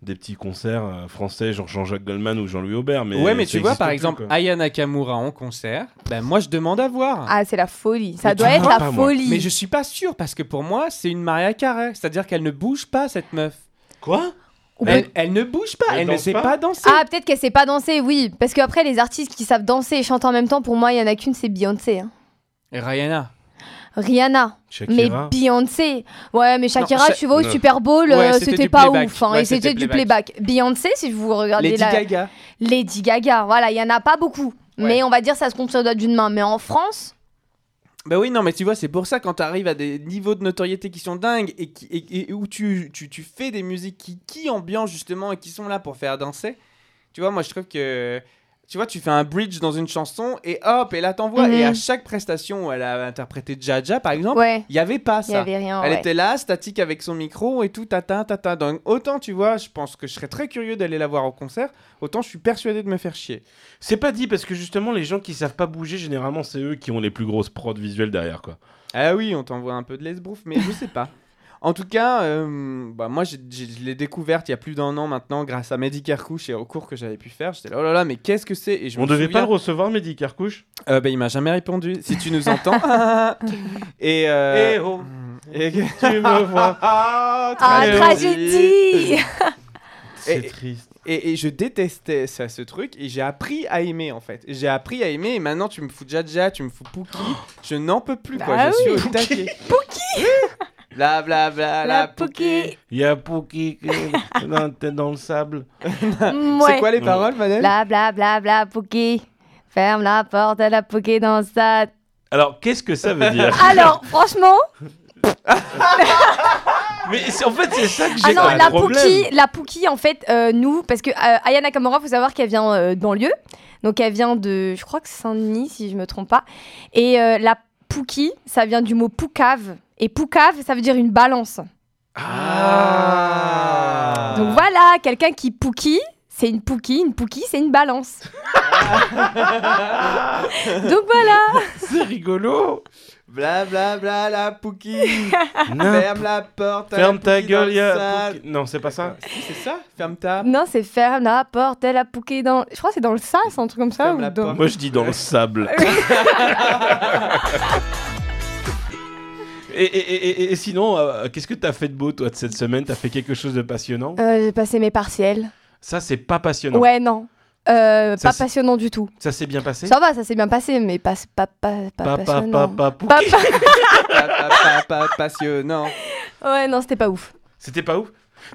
Speaker 2: des petits concerts euh, français, genre Jean-Jacques Goldman ou Jean-Louis Aubert. Mais
Speaker 3: ouais, mais
Speaker 2: ça
Speaker 3: tu vois,
Speaker 2: existe
Speaker 3: par
Speaker 2: plus,
Speaker 3: exemple,
Speaker 2: quoi.
Speaker 3: Aya Nakamura en concert, ben moi je demande à voir.
Speaker 1: Ah, c'est la folie. Ça
Speaker 2: Mais tu
Speaker 1: doit être
Speaker 2: vois
Speaker 1: la
Speaker 2: pas, moi.
Speaker 1: folie.
Speaker 3: Mais je suis pas sûr parce que pour moi, c'est une Maria Carré, c'est-à-dire qu'elle ne bouge pas cette meuf.
Speaker 2: Quoi
Speaker 1: Ou
Speaker 3: Elle, elle ne bouge pas,
Speaker 2: Elle
Speaker 3: elle, ne
Speaker 2: danse
Speaker 3: sait
Speaker 2: pas
Speaker 3: pas, danser.
Speaker 1: Ah, peut-être qu'elle sait pas danser, oui. Parce qu'après, les artistes qui savent danser et chanter en même temps, pour moi, il y en a qu'une, c'est Beyoncé. hein.
Speaker 3: Et Rihanna.
Speaker 1: Rihanna.
Speaker 2: Shakira
Speaker 1: Mais Beyoncé. Ouais, mais Shakira,
Speaker 3: Non, Sha-
Speaker 1: tu vois, au
Speaker 2: Non.
Speaker 1: Super Bowl,
Speaker 3: Ouais,
Speaker 1: euh,
Speaker 3: c'était
Speaker 1: c'était
Speaker 3: du
Speaker 1: pas
Speaker 3: playback.
Speaker 1: ouf. hein,
Speaker 3: Ouais,
Speaker 1: et c'était
Speaker 3: c'était
Speaker 1: du playback. Beyoncé, si vous regardez
Speaker 3: Lady
Speaker 1: la-
Speaker 3: Gaga.
Speaker 1: Lady Gaga, voilà, il y en a pas beaucoup.
Speaker 3: Ouais.
Speaker 1: Mais on va dire ça se compte sur le doigt d'une main. Mais en France,
Speaker 3: Bah oui, non, mais tu vois, c'est pour ça quand t'arrives à des niveaux de notoriété qui sont dingues et, qui, et- et où tu, tu, tu fais des musiques qui, qui ambiancent justement et qui sont là pour faire danser. Tu vois, moi je trouve que. Tu vois, tu fais un bridge dans une chanson et hop, et là t'envoies.
Speaker 1: Mhm.
Speaker 3: Et à chaque prestation où elle a interprété Jaja par exemple,
Speaker 1: ouais,
Speaker 3: il n'y avait pas
Speaker 1: il y
Speaker 3: ça.
Speaker 1: avait rien.
Speaker 3: Elle
Speaker 1: ouais.
Speaker 3: était là, statique avec son micro et tout, tata, tata. Donc autant, tu vois, je pense que je serais très curieux d'aller la voir au concert, autant je suis persuadé de me faire chier.
Speaker 2: C'est pas dit parce que justement, les gens qui savent pas bouger, généralement, c'est eux qui ont les plus grosses prods visuelles derrière, quoi.
Speaker 3: Ah oui, on t'envoie un peu de l'esbrouf, mais je sais pas. En tout cas, euh, bah moi, j'ai- j'ai- je l'ai découverte il y a plus d'un an maintenant grâce à Mehdi Kerkouche et au cours que j'avais pu faire. J'étais là, oh là là, mais qu'est-ce que c'est Et je
Speaker 2: on
Speaker 3: me
Speaker 2: devait pas
Speaker 3: souviens-
Speaker 2: le recevoir, Mehdi Carcouche
Speaker 3: Euh, bah, il m'a jamais répondu. Si tu nous entends. ah, ah, ah. et. euh,
Speaker 2: Eh oh,
Speaker 3: et-
Speaker 2: tu me vois.
Speaker 3: Ah,
Speaker 1: Ah,
Speaker 2: Allez,
Speaker 1: tragédie
Speaker 2: C'est
Speaker 3: Et-
Speaker 2: triste.
Speaker 3: Et, et je détestais ça, ce truc, et j'ai appris à aimer en fait. J'ai appris à aimer, et maintenant tu me fous Jaja, tu me fous Pookie,
Speaker 2: Oh.
Speaker 3: je n'en peux plus quoi,
Speaker 1: Bah
Speaker 3: je
Speaker 1: oui.
Speaker 3: suis au taquet. Pookie Bla bla bla la,
Speaker 1: La Pookie
Speaker 2: Il y a Pookie qui est dans- t'es dans le sable.
Speaker 1: Mm,
Speaker 3: C'est
Speaker 1: ouais.
Speaker 3: quoi les
Speaker 2: Mm.
Speaker 3: paroles, Manel
Speaker 1: Bla bla bla bla Poké. Ferme la porte à la Poké dans sa.
Speaker 2: Alors, qu'est-ce que ça veut dire
Speaker 1: Alors, franchement,
Speaker 2: Mais c'est- en fait, c'est ça que j'ai
Speaker 1: ah non,
Speaker 2: un
Speaker 1: la
Speaker 2: problème.
Speaker 1: Pookie, la Pookie, en fait, euh, nous, parce que euh, Aya Nakamura, faut savoir qu'elle vient euh, de banlieue. Donc, elle vient de, je crois que Saint-Denis, si je me trompe pas. Et euh, la Pookie, ça vient du mot poucave. Et poucave, ça veut dire une balance.
Speaker 3: Ah.
Speaker 1: Donc voilà, quelqu'un qui Pookie, c'est une Pookie, une Pookie, c'est une balance. Donc voilà.
Speaker 2: C'est rigolo.
Speaker 3: Bla bla bla la Pookie
Speaker 2: Non,
Speaker 3: Ferme la porte à la
Speaker 2: Ah. Ferme ta
Speaker 3: Pookie dans
Speaker 2: gueule,
Speaker 3: le
Speaker 2: il y a
Speaker 3: sable.
Speaker 2: Pookie. Non, c'est pas ça.
Speaker 3: C'est ça Ferme ta...
Speaker 1: Non, c'est ferme la porte, elle a pouqué dans. Je crois que c'est dans le sas, un truc comme ça.
Speaker 3: Ferme
Speaker 1: Ou
Speaker 3: la
Speaker 1: dans...
Speaker 3: porte.
Speaker 2: Moi, je dis dans le sable. Et, et- et- et- et sinon, euh, qu'est-ce que t'as fait de beau, toi, de cette semaine T'as fait quelque chose de passionnant
Speaker 1: Euh, J'ai passé mes partiels.
Speaker 2: Ça, c'est pas passionnant.
Speaker 1: Ouais, non. Euh,
Speaker 2: Ça,
Speaker 1: pas
Speaker 2: c'est-
Speaker 1: passionnant du tout.
Speaker 2: Ça s'est bien passé
Speaker 1: Ça va, ça s'est bien passé, mais pas, pas, pas, pas
Speaker 2: Papa,
Speaker 1: passionnant.
Speaker 2: papa, Pookie.
Speaker 1: Pas- pas-
Speaker 3: Pa, pa, pa, pa, passionnant
Speaker 1: Ouais, non, c'était pas ouf.
Speaker 2: C'était pas ouf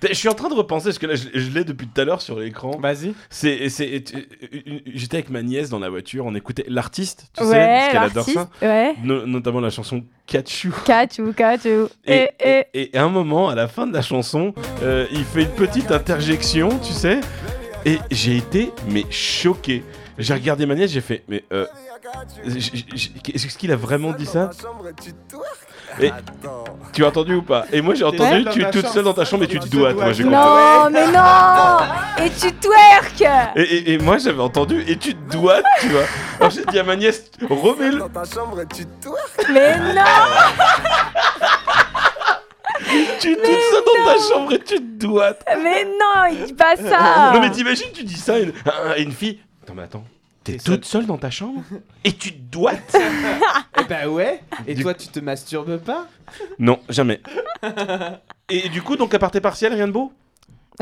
Speaker 2: Je suis en train de repenser, parce que là, je, je l'ai depuis tout à l'heure sur l'écran.
Speaker 3: Vas-y
Speaker 2: C'est, c'est, et- et- et- j'étais avec ma nièce dans la voiture, on écoutait l'artiste, tu sais, parce
Speaker 1: ouais,
Speaker 2: qu'elle adore
Speaker 1: l'artiste.
Speaker 2: ça,
Speaker 1: Ouais.
Speaker 2: No- notamment la chanson Catchou.
Speaker 1: Kachou, kachou.
Speaker 2: Et,
Speaker 1: Et, et...
Speaker 2: et- et à un moment, à la fin de la chanson, euh, il fait une petite interjection, tu sais, et j'ai été, mais choqué. J'ai regardé ma nièce, j'ai fait, mais euh, j- j- est-ce qu'il a vraiment dit ça Et- Tu as entendu ou pas Et moi j'ai
Speaker 3: T'es seule
Speaker 2: entendu,
Speaker 3: dans
Speaker 2: tu es
Speaker 3: ta
Speaker 2: toute
Speaker 3: chambre.
Speaker 2: seule dans ta chambre et tu te
Speaker 3: Tu te
Speaker 2: dois, moi j'ai
Speaker 3: doigtes.
Speaker 2: compris.
Speaker 1: Non, Oh, mais non Et tu twerk
Speaker 2: Et, et- et moi j'avais entendu, et tu te dois, tu vois. Alors j'ai dit à ma nièce, remets-le,
Speaker 4: Dans ta chambre, tu toi
Speaker 1: Mais non
Speaker 2: tu es toute seule dans ta chambre et tu te dois.
Speaker 1: Mais non, il dit pas ça Ah.
Speaker 2: Non mais t'imagines, tu dis ça à une, à une fille. Attends mais attends, T'es
Speaker 3: T'es
Speaker 2: toute seule dans ta chambre Et tu te doites
Speaker 3: Eh bah ouais. Et
Speaker 2: Du-
Speaker 3: toi, tu te masturbes pas
Speaker 2: Non, jamais. Et du coup, donc à parté partiel, rien de beau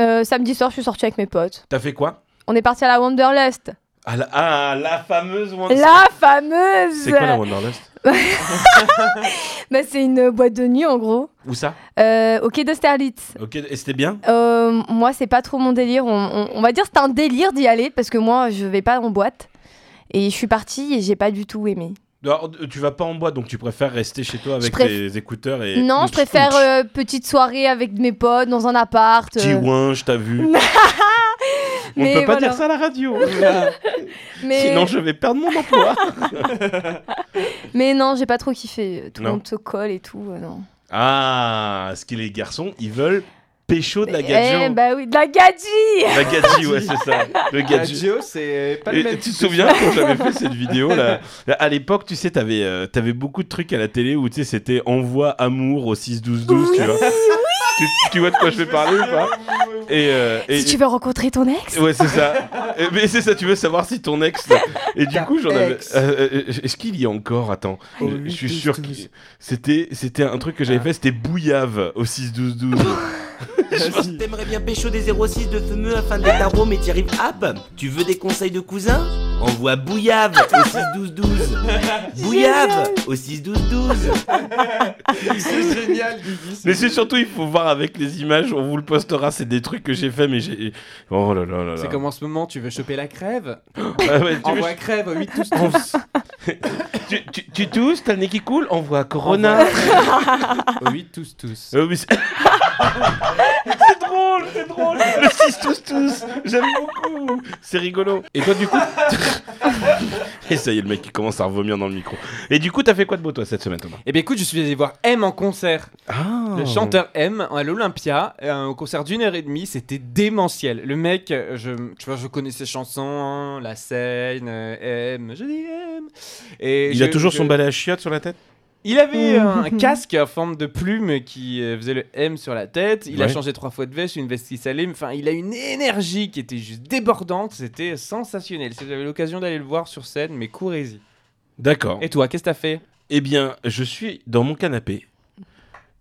Speaker 1: Euh, samedi soir, je suis sortie avec mes potes.
Speaker 2: T'as fait quoi
Speaker 1: On est parti à la Wanderlust.
Speaker 2: ah la, ah, la fameuse Wanderlust.
Speaker 1: La fameuse
Speaker 2: C'est quoi la Wanderlust
Speaker 1: Bah, C'est une boîte de nuit, en gros.
Speaker 2: Où ça
Speaker 1: Euh, au quai d'Austerlitz.
Speaker 2: Ok, et c'était bien
Speaker 1: Euh, moi, c'est pas trop mon délire. On, on- on va dire c'est un délire d'y aller parce que moi, je vais pas en boîte. Et je suis partie et j'ai pas du tout aimé.
Speaker 2: Alors, euh, tu vas pas en boîte, donc tu préfères rester chez toi avec
Speaker 1: Je préf-
Speaker 2: tes écouteurs et.
Speaker 1: non, je
Speaker 2: Ouch,
Speaker 1: préfère
Speaker 2: ouch.
Speaker 1: euh, petite soirée avec mes potes dans un appart.
Speaker 2: Petit
Speaker 1: euh,
Speaker 2: ouin, je t'as vu. On ne
Speaker 1: Mais
Speaker 2: peut pas
Speaker 1: voilà.
Speaker 2: dire ça à la radio.
Speaker 1: mais,
Speaker 2: Sinon, je vais perdre mon emploi.
Speaker 1: mais non, j'ai pas trop kiffé. Tout le
Speaker 2: Non.
Speaker 1: monde se colle et tout. euh, non.
Speaker 2: ah, ce que les garçons, ils veulent pécho de la gadjo.
Speaker 1: Eh, bah oui, de la gadji
Speaker 2: La gadji, ouais, c'est ça. Le
Speaker 3: La
Speaker 2: gadji.
Speaker 3: Gio, c'est pas
Speaker 2: Et
Speaker 3: le même.
Speaker 2: tu te souviens quand j'avais fait cette vidéo là À l'époque, tu sais, t'avais euh, t'avais beaucoup de trucs à la télé où tu sais, c'était envoi amour au 6 12 12, tu vois. Tu, tu vois de quoi je vais parler ou pas Et, euh, et-
Speaker 1: Si tu veux rencontrer ton ex
Speaker 2: ouais, c'est ça. Euh, Mais c'est ça, tu veux savoir si ton ex. là- Et du
Speaker 3: Ta
Speaker 2: coup, j'en avais.
Speaker 3: ex.
Speaker 2: Euh, euh, est-ce qu'il y a encore Attends,
Speaker 3: Au
Speaker 2: je suis
Speaker 3: 8-12-12.
Speaker 2: sûr que c'était c'était un truc que j'avais fait. C'était bouillave au 6 12 12.
Speaker 3: Vas-y.
Speaker 4: T'aimerais bien pécho des 06 de fumeux afin d'être un mais t'y arrives hop Tu veux des conseils de cousin Envoie Bouillave au 6-12-12 Bouillave au 6-12-12
Speaker 3: C'est génial, Guigui.
Speaker 2: Mais c'est surtout, il faut voir avec les images. On vous le postera. C'est des trucs que j'ai fait, mais j'ai. Oh là là là là.
Speaker 3: C'est comme en ce moment, tu veux choper la crève
Speaker 2: Ah ouais, tu, veux-
Speaker 3: Envoie crève au 8 tous.
Speaker 2: tu, tu- tu tousses, t'as le nez qui coule, envoie Corona.
Speaker 3: Au 8 tous tous.
Speaker 2: Euh, oui, c'est C'est drôle, c'est drôle. Le 6 tous tous, j'aime beaucoup. C'est rigolo. Et toi, du coup. Et ça y est, le mec qui commence à vomir dans le micro. Et du coup, t'as fait quoi de beau, toi, cette semaine, Thomas
Speaker 3: Eh bien écoute, je suis allé voir M en concert.
Speaker 2: Ah
Speaker 3: Le chanteur M à l'Olympia, euh, au concert d'une heure et demie, c'était démentiel. Le mec, euh, je, tu vois, je connais ses chansons, hein, la scène, euh, M, je dis M. Et
Speaker 2: Il
Speaker 3: je-
Speaker 2: a toujours
Speaker 3: je-
Speaker 2: son balai à chiottes sur la tête
Speaker 3: Il avait un casque en forme de plume qui euh, faisait le M sur la tête. Il a
Speaker 2: Ouais.
Speaker 3: changé trois fois de veste, une veste qui s'allume. Enfin, il a une énergie qui était juste débordante. C'était sensationnel. Si vous avez l'occasion d'aller le voir sur scène, mais courez-y.
Speaker 2: D'accord.
Speaker 3: Et toi, qu'est-ce que t'as fait
Speaker 2: Eh bien, je suis dans mon canapé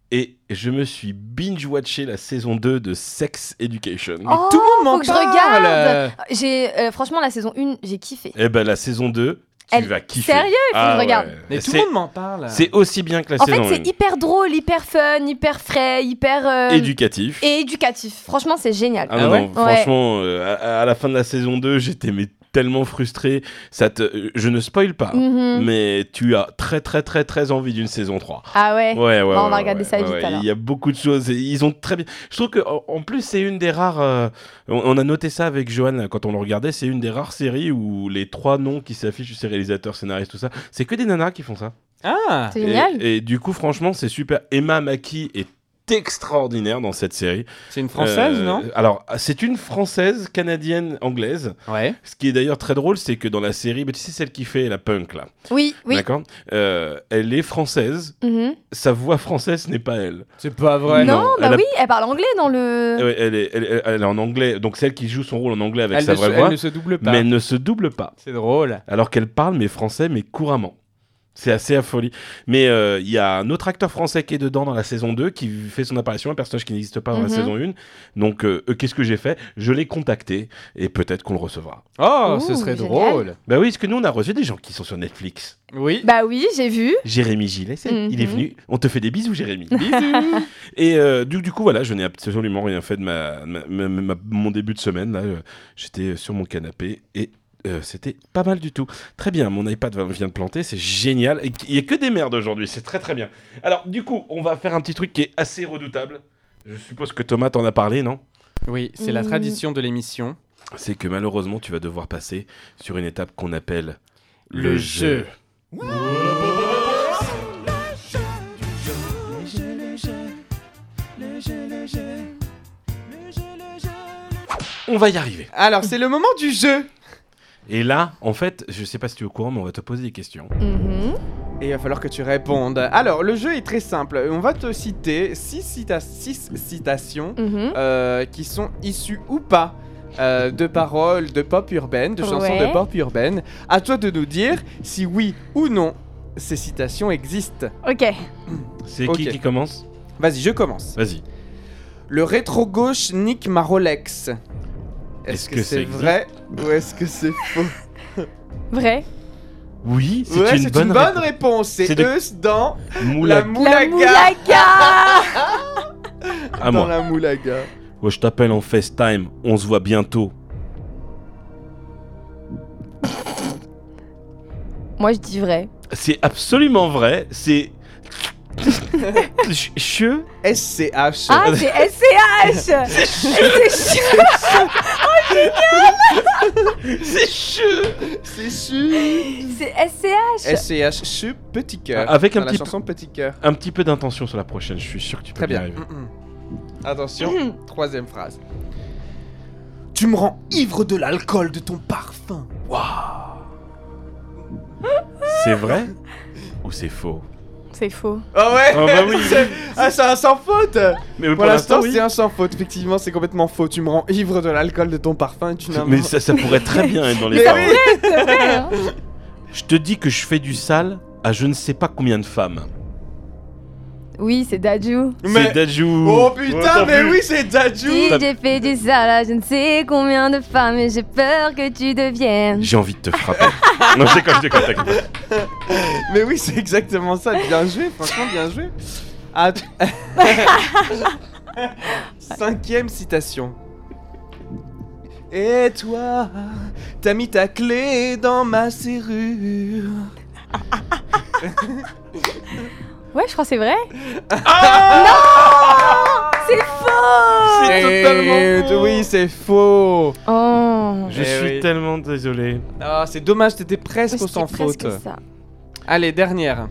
Speaker 2: et je me suis binge-watché la saison 2 de Sex Education.
Speaker 1: Oh,
Speaker 3: Tout le monde m'en
Speaker 1: faut que je
Speaker 3: parle
Speaker 1: regarde J'ai euh, Franchement, la saison 1, j'ai kiffé.
Speaker 2: Eh ben, la saison 2, tu
Speaker 1: Elle-
Speaker 2: vas kiffer. Ah
Speaker 1: Sérieux, il faut que je
Speaker 2: ouais.
Speaker 1: regarde.
Speaker 3: Mais tout
Speaker 2: C'est-
Speaker 3: le monde m'en parle.
Speaker 2: C'est aussi bien que la
Speaker 1: En fait,
Speaker 2: saison
Speaker 1: c'est hyper drôle, hyper fun, hyper frais, hyper. euh,
Speaker 2: 1. Éducatif.
Speaker 1: et éducatif. Franchement, c'est génial.
Speaker 2: Ah non,
Speaker 3: Ah
Speaker 2: non,
Speaker 3: ouais
Speaker 2: franchement, euh, à, à la fin de la saison 2, j'étais mais, tellement frustré. Ça te, euh, je ne spoil pas, hein,
Speaker 1: Mhm.
Speaker 2: mais tu as très très très très envie d'une saison 3.
Speaker 1: Ah ouais.
Speaker 2: Ouais, ouais, ouais.
Speaker 1: Bon, on va
Speaker 2: ouais,
Speaker 1: regarder
Speaker 2: ouais,
Speaker 1: ça
Speaker 2: ouais,
Speaker 1: vite,
Speaker 2: ouais.
Speaker 1: alors.
Speaker 2: Il y a beaucoup de choses. et ils ont très bien. Je trouve que en en plus c'est une des rares. euh, on, on a noté ça avec Johan là, quand on le regardait. C'est une des rares séries où les trois noms qui s'affichent, c'est réalisateur, scénariste, tout ça, c'est que des nanas qui font ça.
Speaker 3: Ah
Speaker 1: C'est
Speaker 2: Et-
Speaker 1: génial.
Speaker 2: Et, du coup, franchement, c'est super. Emma Maki est extraordinaire dans cette série.
Speaker 3: C'est une française,
Speaker 2: Euh,
Speaker 3: non
Speaker 2: Alors, c'est une française, canadienne, anglaise.
Speaker 3: Ouais.
Speaker 2: Ce qui est d'ailleurs très drôle, c'est que dans la série, bah, tu sais celle qui fait la punk là,
Speaker 1: Oui, oui.
Speaker 2: d'accord Euh, Elle est française.
Speaker 1: Mhm.
Speaker 2: Sa voix française n'est pas elle.
Speaker 3: C'est pas vrai.
Speaker 2: Non,
Speaker 1: Non, bah
Speaker 2: elle a-
Speaker 1: oui, elle parle anglais dans le.
Speaker 2: Euh, ouais, elle, est, elle, elle- elle est en anglais, donc celle qui joue son rôle en anglais avec
Speaker 3: Elle,
Speaker 2: sa
Speaker 3: ne se,
Speaker 2: vraie
Speaker 3: elle
Speaker 2: voix,
Speaker 3: ne se double pas.
Speaker 2: mais elle ne se double pas.
Speaker 3: C'est drôle.
Speaker 2: Alors qu'elle parle, mais français, mais couramment. C'est assez affolie. Mais euh, il y a un autre acteur français qui est dedans dans la saison 2, qui fait son apparition, un personnage qui n'existe pas dans
Speaker 1: Mhm.
Speaker 2: la saison 1. Donc, euh, euh, qu'est-ce que j'ai fait Je l'ai contacté, et peut-être qu'on le recevra.
Speaker 3: Oh,
Speaker 1: Ouh,
Speaker 3: ce serait
Speaker 1: génial.
Speaker 3: drôle.
Speaker 2: Bah oui, parce que nous, on a reçu des gens qui sont sur Netflix.
Speaker 3: Oui.
Speaker 1: Bah oui, j'ai vu.
Speaker 2: Jérémy Gillet, c'est-
Speaker 1: Mhm.
Speaker 2: il est venu. On te fait des bisous, Jérémy. Et euh, du, du coup, voilà, je n'ai absolument rien fait de ma, ma- ma- ma- mon début de semaine. Là, Euh, j'étais sur mon canapé et euh, c'était pas mal du tout. Très bien, mon iPad va- vient de planter, c'est génial. Et Il n'y a que des merdes aujourd'hui, c'est très très bien. Alors, du coup, on va faire un petit truc qui est assez redoutable. Je suppose que Thomas t'en a parlé, non
Speaker 3: Oui, c'est la
Speaker 1: Mm.
Speaker 3: tradition de l'émission.
Speaker 2: C'est que malheureusement, tu vas devoir passer sur une étape qu'on appelle
Speaker 3: Le jeu.
Speaker 2: On va y arriver.
Speaker 3: Alors, c'est le moment du jeu.
Speaker 2: Et là, en fait, je sais pas si tu es au courant, mais on va te poser des questions.
Speaker 1: Mhm.
Speaker 3: Et il va falloir que tu répondes. Alors, le jeu est très simple. On va te citer 6 citations
Speaker 1: Mhm.
Speaker 3: euh, qui sont issues ou pas euh, de paroles de pop urbaine, de chansons
Speaker 1: Ouais.
Speaker 3: de pop urbaine. À toi de nous dire si oui ou non ces citations existent.
Speaker 1: Ok.
Speaker 2: C'est
Speaker 3: Ok.
Speaker 2: qui qui commence
Speaker 3: Vas-y, je commence.
Speaker 2: Vas-y.
Speaker 3: Le rétro-gauche nique ma Rolex.
Speaker 2: Est-ce
Speaker 3: Est-ce que,
Speaker 2: que ça
Speaker 3: c'est
Speaker 2: existe
Speaker 3: vrai ou est-ce que c'est faux
Speaker 1: Vrai.
Speaker 2: Oui, c'est
Speaker 3: Ouais,
Speaker 2: une,
Speaker 3: c'est
Speaker 2: bonne
Speaker 3: une bonne réponse.
Speaker 2: C'est
Speaker 3: C'est
Speaker 2: de-
Speaker 3: Eus dans
Speaker 2: ré-
Speaker 3: la
Speaker 2: moula
Speaker 1: La
Speaker 3: moulaga.
Speaker 1: moulaga
Speaker 2: à
Speaker 3: Dans
Speaker 2: moi.
Speaker 3: la moulaga.
Speaker 2: Ouais, je t'appelle en FaceTime, on se voit bientôt.
Speaker 1: Moi, je dis vrai.
Speaker 2: C'est absolument vrai, c'est. Ch- Che
Speaker 3: SCH.
Speaker 1: Ah, c'est SCH C'est chou-
Speaker 2: C'est che
Speaker 3: c'est su.
Speaker 1: C'est SCH
Speaker 3: SCH, su, petit cœur.
Speaker 2: Ah, Avec un
Speaker 3: Dans
Speaker 2: petit-
Speaker 3: La chanson Petit cœur.
Speaker 2: Un petit peu d'intention sur la prochaine, je suis sûr que tu peux
Speaker 3: Très bien.
Speaker 2: y arriver.
Speaker 3: Mm-mm. Attention, troisième phrase. Tu me rends ivre de l'alcool de ton parfum.
Speaker 2: C'est vrai ou c'est faux
Speaker 1: C'est faux.
Speaker 3: Ah ouais
Speaker 2: Ah bah oui.
Speaker 3: C'est- Ah, c'est un sans faute
Speaker 2: Mais
Speaker 3: Pour l'instant, c'est un sans faute. Effectivement, c'est complètement faux. Tu me rends ivre de l'alcool de ton parfum. Tu n'as
Speaker 2: Mais ça, ça pourrait très bien être dans les
Speaker 3: Mais
Speaker 2: paroles.
Speaker 3: oui.
Speaker 1: C'est vrai, hein
Speaker 2: Je te dis que je fais du sale à je ne sais pas combien de femmes.
Speaker 1: oui, c'est Dadju.
Speaker 2: C'est
Speaker 3: Mais-
Speaker 2: Dajou.
Speaker 3: Oh putain,
Speaker 2: t'as
Speaker 3: mais
Speaker 2: vu
Speaker 3: oui, c'est Dajou
Speaker 2: Oui.
Speaker 1: Si j'ai fait du sale à je ne sais combien de femmes et j'ai peur que tu deviennes.
Speaker 2: J'ai envie de te frapper. non, je déconne, je déconne, t'inquiète.
Speaker 3: Mais oui, c'est exactement ça. Bien joué, franchement, bien joué. Ah, tu- Cinquième citation. Et toi, t'as mis ta clé dans ma serrure.
Speaker 1: Ouais, je crois que c'est vrai. Ah non C'est faux
Speaker 2: C'est
Speaker 3: Et-
Speaker 2: totalement faux.
Speaker 3: Oui, c'est faux.
Speaker 1: Oh
Speaker 2: Je
Speaker 3: Eh
Speaker 2: suis
Speaker 3: oui.
Speaker 2: tellement désolé.
Speaker 3: Ah, c'est dommage, t'étais presque au
Speaker 1: C'était
Speaker 3: sans faute.
Speaker 1: presque ça.
Speaker 3: Allez, dernière.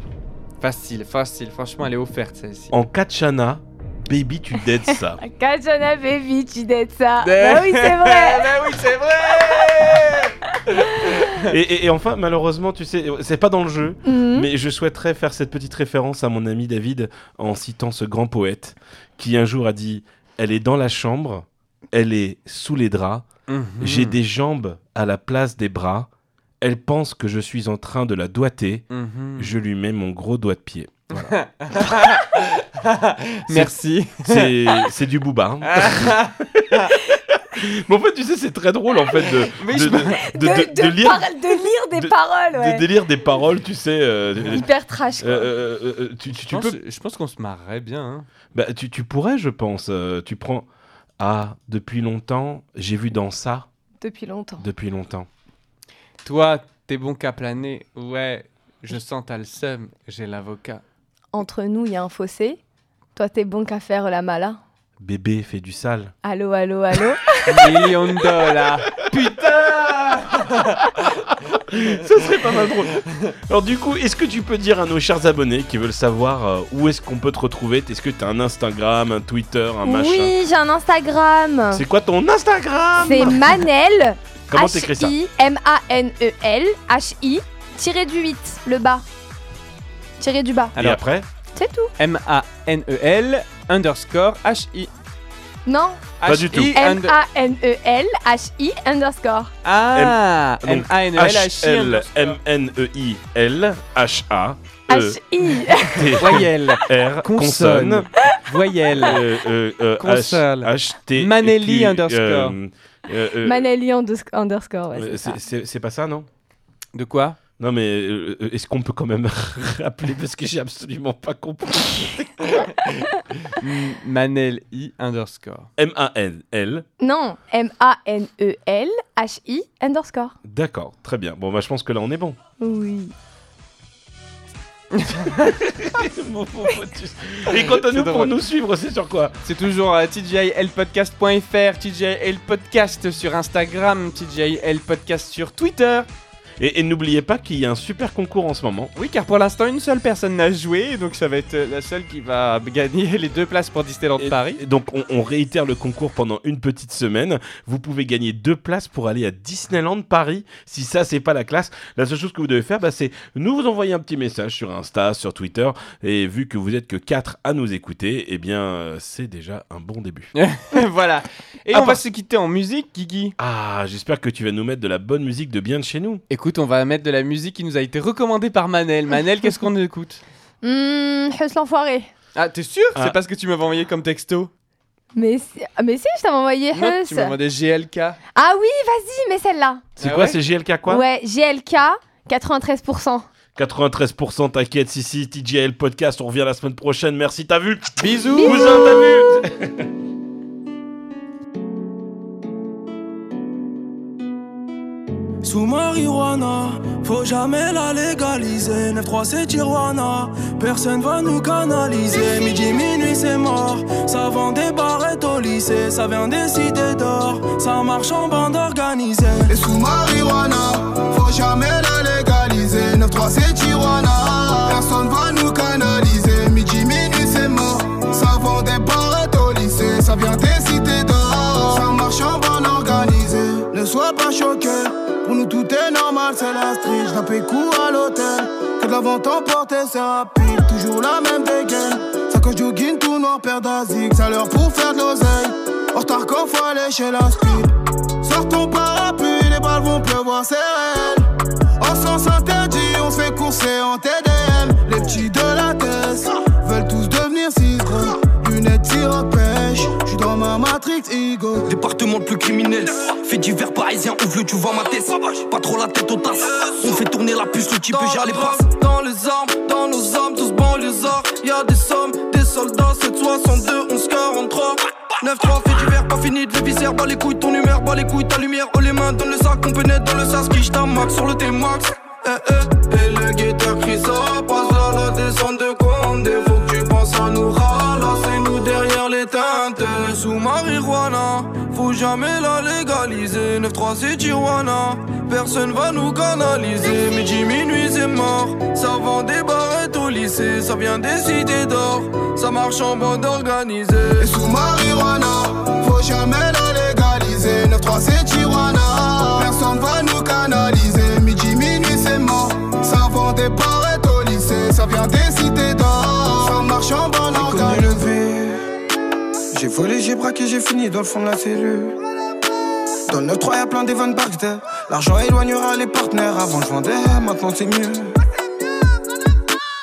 Speaker 3: Facile, facile. Franchement, elle est offerte celle-ci.
Speaker 2: En Katchana, baby, tu dead ça.
Speaker 1: Kajana Baby, tu dettes ça.
Speaker 3: Eh.
Speaker 1: Bah oui, c'est vrai.
Speaker 3: Bah oui, c'est vrai.
Speaker 2: et, et- et enfin, malheureusement, tu sais, c'est pas dans le jeu,
Speaker 1: Mhm.
Speaker 2: mais je souhaiterais faire cette petite référence à mon ami David en citant ce grand poète qui un jour a dit Elle est dans la chambre, elle est sous les draps,
Speaker 3: Mhm. Hmm.
Speaker 2: j'ai des jambes à la place des bras, elle pense que je suis en train de la doigter,
Speaker 3: Mhm.
Speaker 2: je lui mets mon gros doigt de pied. Voilà.
Speaker 3: Merci.
Speaker 2: C'est c'est du booba. hein. Mais en fait, tu sais, c'est très drôle en fait de,
Speaker 3: Mais
Speaker 2: de,
Speaker 3: je-
Speaker 2: de- de- de-
Speaker 1: de,
Speaker 2: de lire,
Speaker 1: par- de lire des
Speaker 2: de-
Speaker 1: paroles,
Speaker 2: de,
Speaker 1: ouais.
Speaker 2: de lire des paroles, tu sais. euh, euh,
Speaker 1: Hyper trash. quoi.
Speaker 2: euh, euh, euh, tu, tu- tu
Speaker 3: Je pense-
Speaker 2: peux,
Speaker 3: Je pense qu'on se marrerait bien. hein.
Speaker 2: bah, tu, tu pourrais, je pense. euh, tu prends. Ah, depuis longtemps, j'ai vu dans ça,
Speaker 1: Depuis longtemps.
Speaker 2: depuis longtemps.
Speaker 3: Toi, t'es bon qu'à planer. Ouais, je sens t'as le seum. J'ai l'avocat.
Speaker 1: Entre nous, il y a un fossé. Toi, t'es bon qu'à faire la mala.
Speaker 2: Bébé fait du sale.
Speaker 1: Allô, allô, allô.
Speaker 3: Million de dollars. Putain
Speaker 2: Ça serait pas mal drôle. Alors du coup, est-ce que tu peux dire à nos chers abonnés qui veulent savoir euh, où est-ce qu'on peut te retrouver Est-ce que t'as un Instagram, un Twitter, un machin
Speaker 1: oui, j'ai un Instagram.
Speaker 2: C'est quoi ton Instagram
Speaker 1: C'est Manel.
Speaker 2: Comment t'écris ça
Speaker 1: H-I-M-A-N-E-L. H-I. Tiré du 8, le bas. Tiré du bas.
Speaker 2: Et
Speaker 3: Alors-
Speaker 2: après
Speaker 1: C'est tout.
Speaker 3: M-A-N-E-L E underscore H-I.
Speaker 1: Non.
Speaker 2: Pas du tout.
Speaker 3: H-I under-
Speaker 1: M-A-N-E-L. H-I underscore.
Speaker 3: Ah
Speaker 2: M- donc,
Speaker 3: M-A-N-E-L-H-I. underscore.
Speaker 2: E H-L-M-N-E-I-L-H-A-E-T-R euh.
Speaker 1: H-I.
Speaker 3: Voyelle.
Speaker 2: consonne.
Speaker 3: Consonne. Voyelle.
Speaker 2: euh, euh, euh,
Speaker 3: Console.
Speaker 2: H- H-T-
Speaker 3: Manelli
Speaker 2: Q-
Speaker 3: underscore.
Speaker 2: euh, euh, euh,
Speaker 1: Manelli undersc- underscore. ouais,
Speaker 2: euh,
Speaker 1: c'est ça.
Speaker 2: c'est- C'est c'est pas ça, non
Speaker 3: De quoi
Speaker 2: Non, mais euh, euh, est-ce qu'on peut quand même rappeler Parce que j'ai absolument pas compris.
Speaker 3: M- Manel I underscore.
Speaker 2: M-A-N-L.
Speaker 1: Non. M-A-N-E-L. H-I underscore.
Speaker 2: D'accord, très bien. Bon, bah, je pense que là, on est bon.
Speaker 1: Oui.
Speaker 2: Et quant à
Speaker 3: C'est
Speaker 2: nous, pour
Speaker 3: drôle.
Speaker 2: nous suivre, c'est sur quoi
Speaker 3: C'est toujours euh, tjlpodcast.fr, tjlpodcast sur Instagram, tjlpodcast sur Twitter.
Speaker 2: Et, et n'oubliez pas qu'il y a un super concours en ce moment.
Speaker 3: Oui, car pour l'instant, une seule personne n'a joué, donc ça va être euh, la seule qui va gagner les deux places pour Disneyland
Speaker 2: Et-
Speaker 3: Paris.
Speaker 2: et donc on, on réitère le concours pendant une petite semaine. Vous pouvez gagner deux places pour aller à Disneyland Paris. Si ça c'est pas la classe, la seule chose que vous devez faire, bah, c'est nous vous envoyer un petit message sur Insta, sur Twitter. Et vu que vous êtes que quatre à nous écouter, eh bien euh, c'est déjà un bon début.
Speaker 3: voilà. Et Ah, on
Speaker 2: À
Speaker 3: va
Speaker 2: part-
Speaker 3: se quitter en musique, Guigui.
Speaker 2: Ah, j'espère que tu vas nous mettre de la bonne musique de bien de chez nous.
Speaker 3: Écoute, on va mettre de la musique qui nous a été recommandée par Manel. Manel, qu'est-ce qu'on écoute
Speaker 1: Hum, Huss l'enfoiré.
Speaker 3: Ah, t'es sûr
Speaker 2: Ah.
Speaker 3: C'est parce que tu m'avais envoyé comme texto.
Speaker 1: Mais si, ah, mais si, je t'avais envoyé
Speaker 3: Non,
Speaker 1: Huss.
Speaker 3: tu m'as demandé GLK.
Speaker 1: Ah oui, vas-y, mais celle-là.
Speaker 2: C'est
Speaker 3: Ah
Speaker 2: quoi
Speaker 3: ouais
Speaker 2: C'est GLK quoi
Speaker 1: ouais, GLK, 93%.
Speaker 2: 93% t'inquiète, si si TJL podcast, on revient la semaine prochaine. Merci, t'as vu
Speaker 3: Bisous.
Speaker 2: Cousin, t'as vu
Speaker 5: Sous marijuana, faut jamais la légaliser. 9-3 c'est Tijuana, personne va nous canaliser. Midi, minuit, c'est mort. Ça vend des barrettes au lycée, ça vient des cités d'or. Ça marche en bande organisée.
Speaker 6: Et sous marijuana, faut jamais la légaliser. 9-3 c'est Tijuana, personne va nous canaliser. Midi, minuit, c'est mort. Ça vend des barrettes au lycée, ça vient des cités d'or. Ça marche en bonne organisée. Ne sois pas choqué, pour nous tout est normal, c'est la street. J'rappe coup à l'hôtel, que de la vente emportée, c'est rapide. Toujours la même dégaine, ça coche jogging tout noir, père d'Azik. Ça leur pour faire de l'oseille. En retard qu'on faut aller chez la street. Sors ton parapluie, les balles vont pleuvoir, c'est réel. En sens interdit, on se fait courser en TDM. Les petits de la thèse veulent tous devenir cisgros. Lunettes, siroc, pêche, j'suis dans ma matrix ego.
Speaker 5: Département le plus criminel. Fait divers parisien, ouvre le tu vois ma tête. Pas trop la tête au tas. On fait tourner la puce, le type
Speaker 6: Dans
Speaker 5: gère les
Speaker 6: le
Speaker 5: passes. Dans les armes, dans nos âmes, tous banlieusards. Y'a des sommes, des soldats, 762, 11, 43. 9-3, fait divers, pas fini de les visères. Bas les couilles, ton humeur, bas les couilles, ta lumière. Oh les mains dans le sac, on pénètre dans le sas. Qui max sur le T-Max. Eh, eh. Et le guetteur crie ça, passe à la descente de Condé. Faut que tu penses à nous ralasser, nous derrière les teintes. Sous marijuana, faut jamais la légaliser. 9-3 c'est Tijuana, personne va nous canaliser. Midi, minuit c'est mort, ça vend des barrettes au lycée. Ça vient des cités d'or, ça marche en bande organisée.
Speaker 6: Et sous marijuana, faut jamais la légaliser. 9-3 c'est Tijuana, personne va nous canaliser. Midi, minuit, c'est mort. Ça vend des barrettes au lycée, ça vient des cités d'or. Ça marche en bonne
Speaker 5: J'ai connu le
Speaker 6: organisation.
Speaker 5: V. J'ai volé, j'ai braqué, j'ai fini dans le fond de la cellule. Dans le 3 y'a plein d'Evan Barksdale. L'argent éloignera les partenaires. Avant je vendais, maintenant c'est mieux.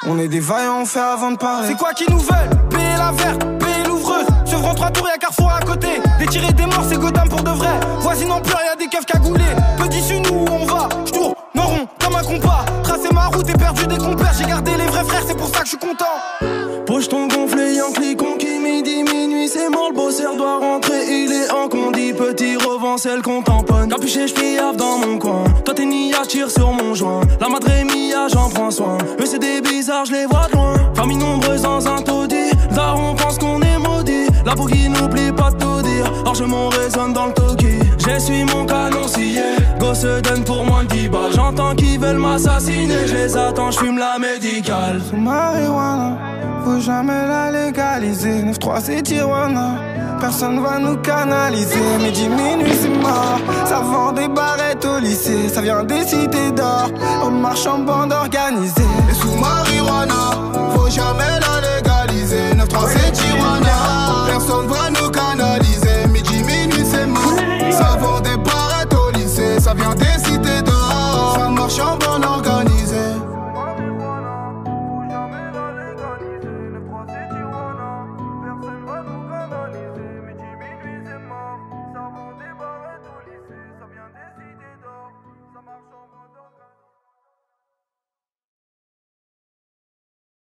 Speaker 5: On est des vaillants, on fait avant de parler. C'est quoi qui nous veulent Payer la verte, payer l'ouvreuse. Sevron trois tours, y'a Carrefour à côté. Des tirés, des morts, c'est Gotham pour de vrai. Voisine en pleurs, y'a des keufs cagoulés. Petit sur nous où on va. J'tourne, non rond, comme un compas. Tracer ma route et perdu des compères. J'ai gardé les vrais frères, c'est pour ça que je suis content. Pocheton gonflé, en cliquant qui midi, minuit, c'est mort, le bosseur doit rentrer, il est en condi, petit revanche, elle qu'on tamponne. Capuché, je dans mon coin, toi t'es nia, tire sur mon joint. La madre est mia, j'en prends soin. Eux c'est des bizarres, je les vois de loin. Famille nombreuse dans un taudis, là on pense qu'on est maudit. La qui n'oublie pas de tout dire, alors je m'en résonne dans le toki. J'essuie mon canon scié, go se donne pour moins de 10 balles. J'entends qu'ils veulent m'assassiner, je les attends, je fume la médicale.
Speaker 7: Sous marijuana, faut jamais la légaliser. 9-3 c'est Tijuana, personne va nous canaliser. Midi, minuit, c'est mort. Ça vend des barrettes au lycée, ça vient des cités d'or. On marche en bande organisée.
Speaker 6: Et sous marijuana, faut jamais la légaliser. 9-3 c'est Tijuana, personne va nous canaliser.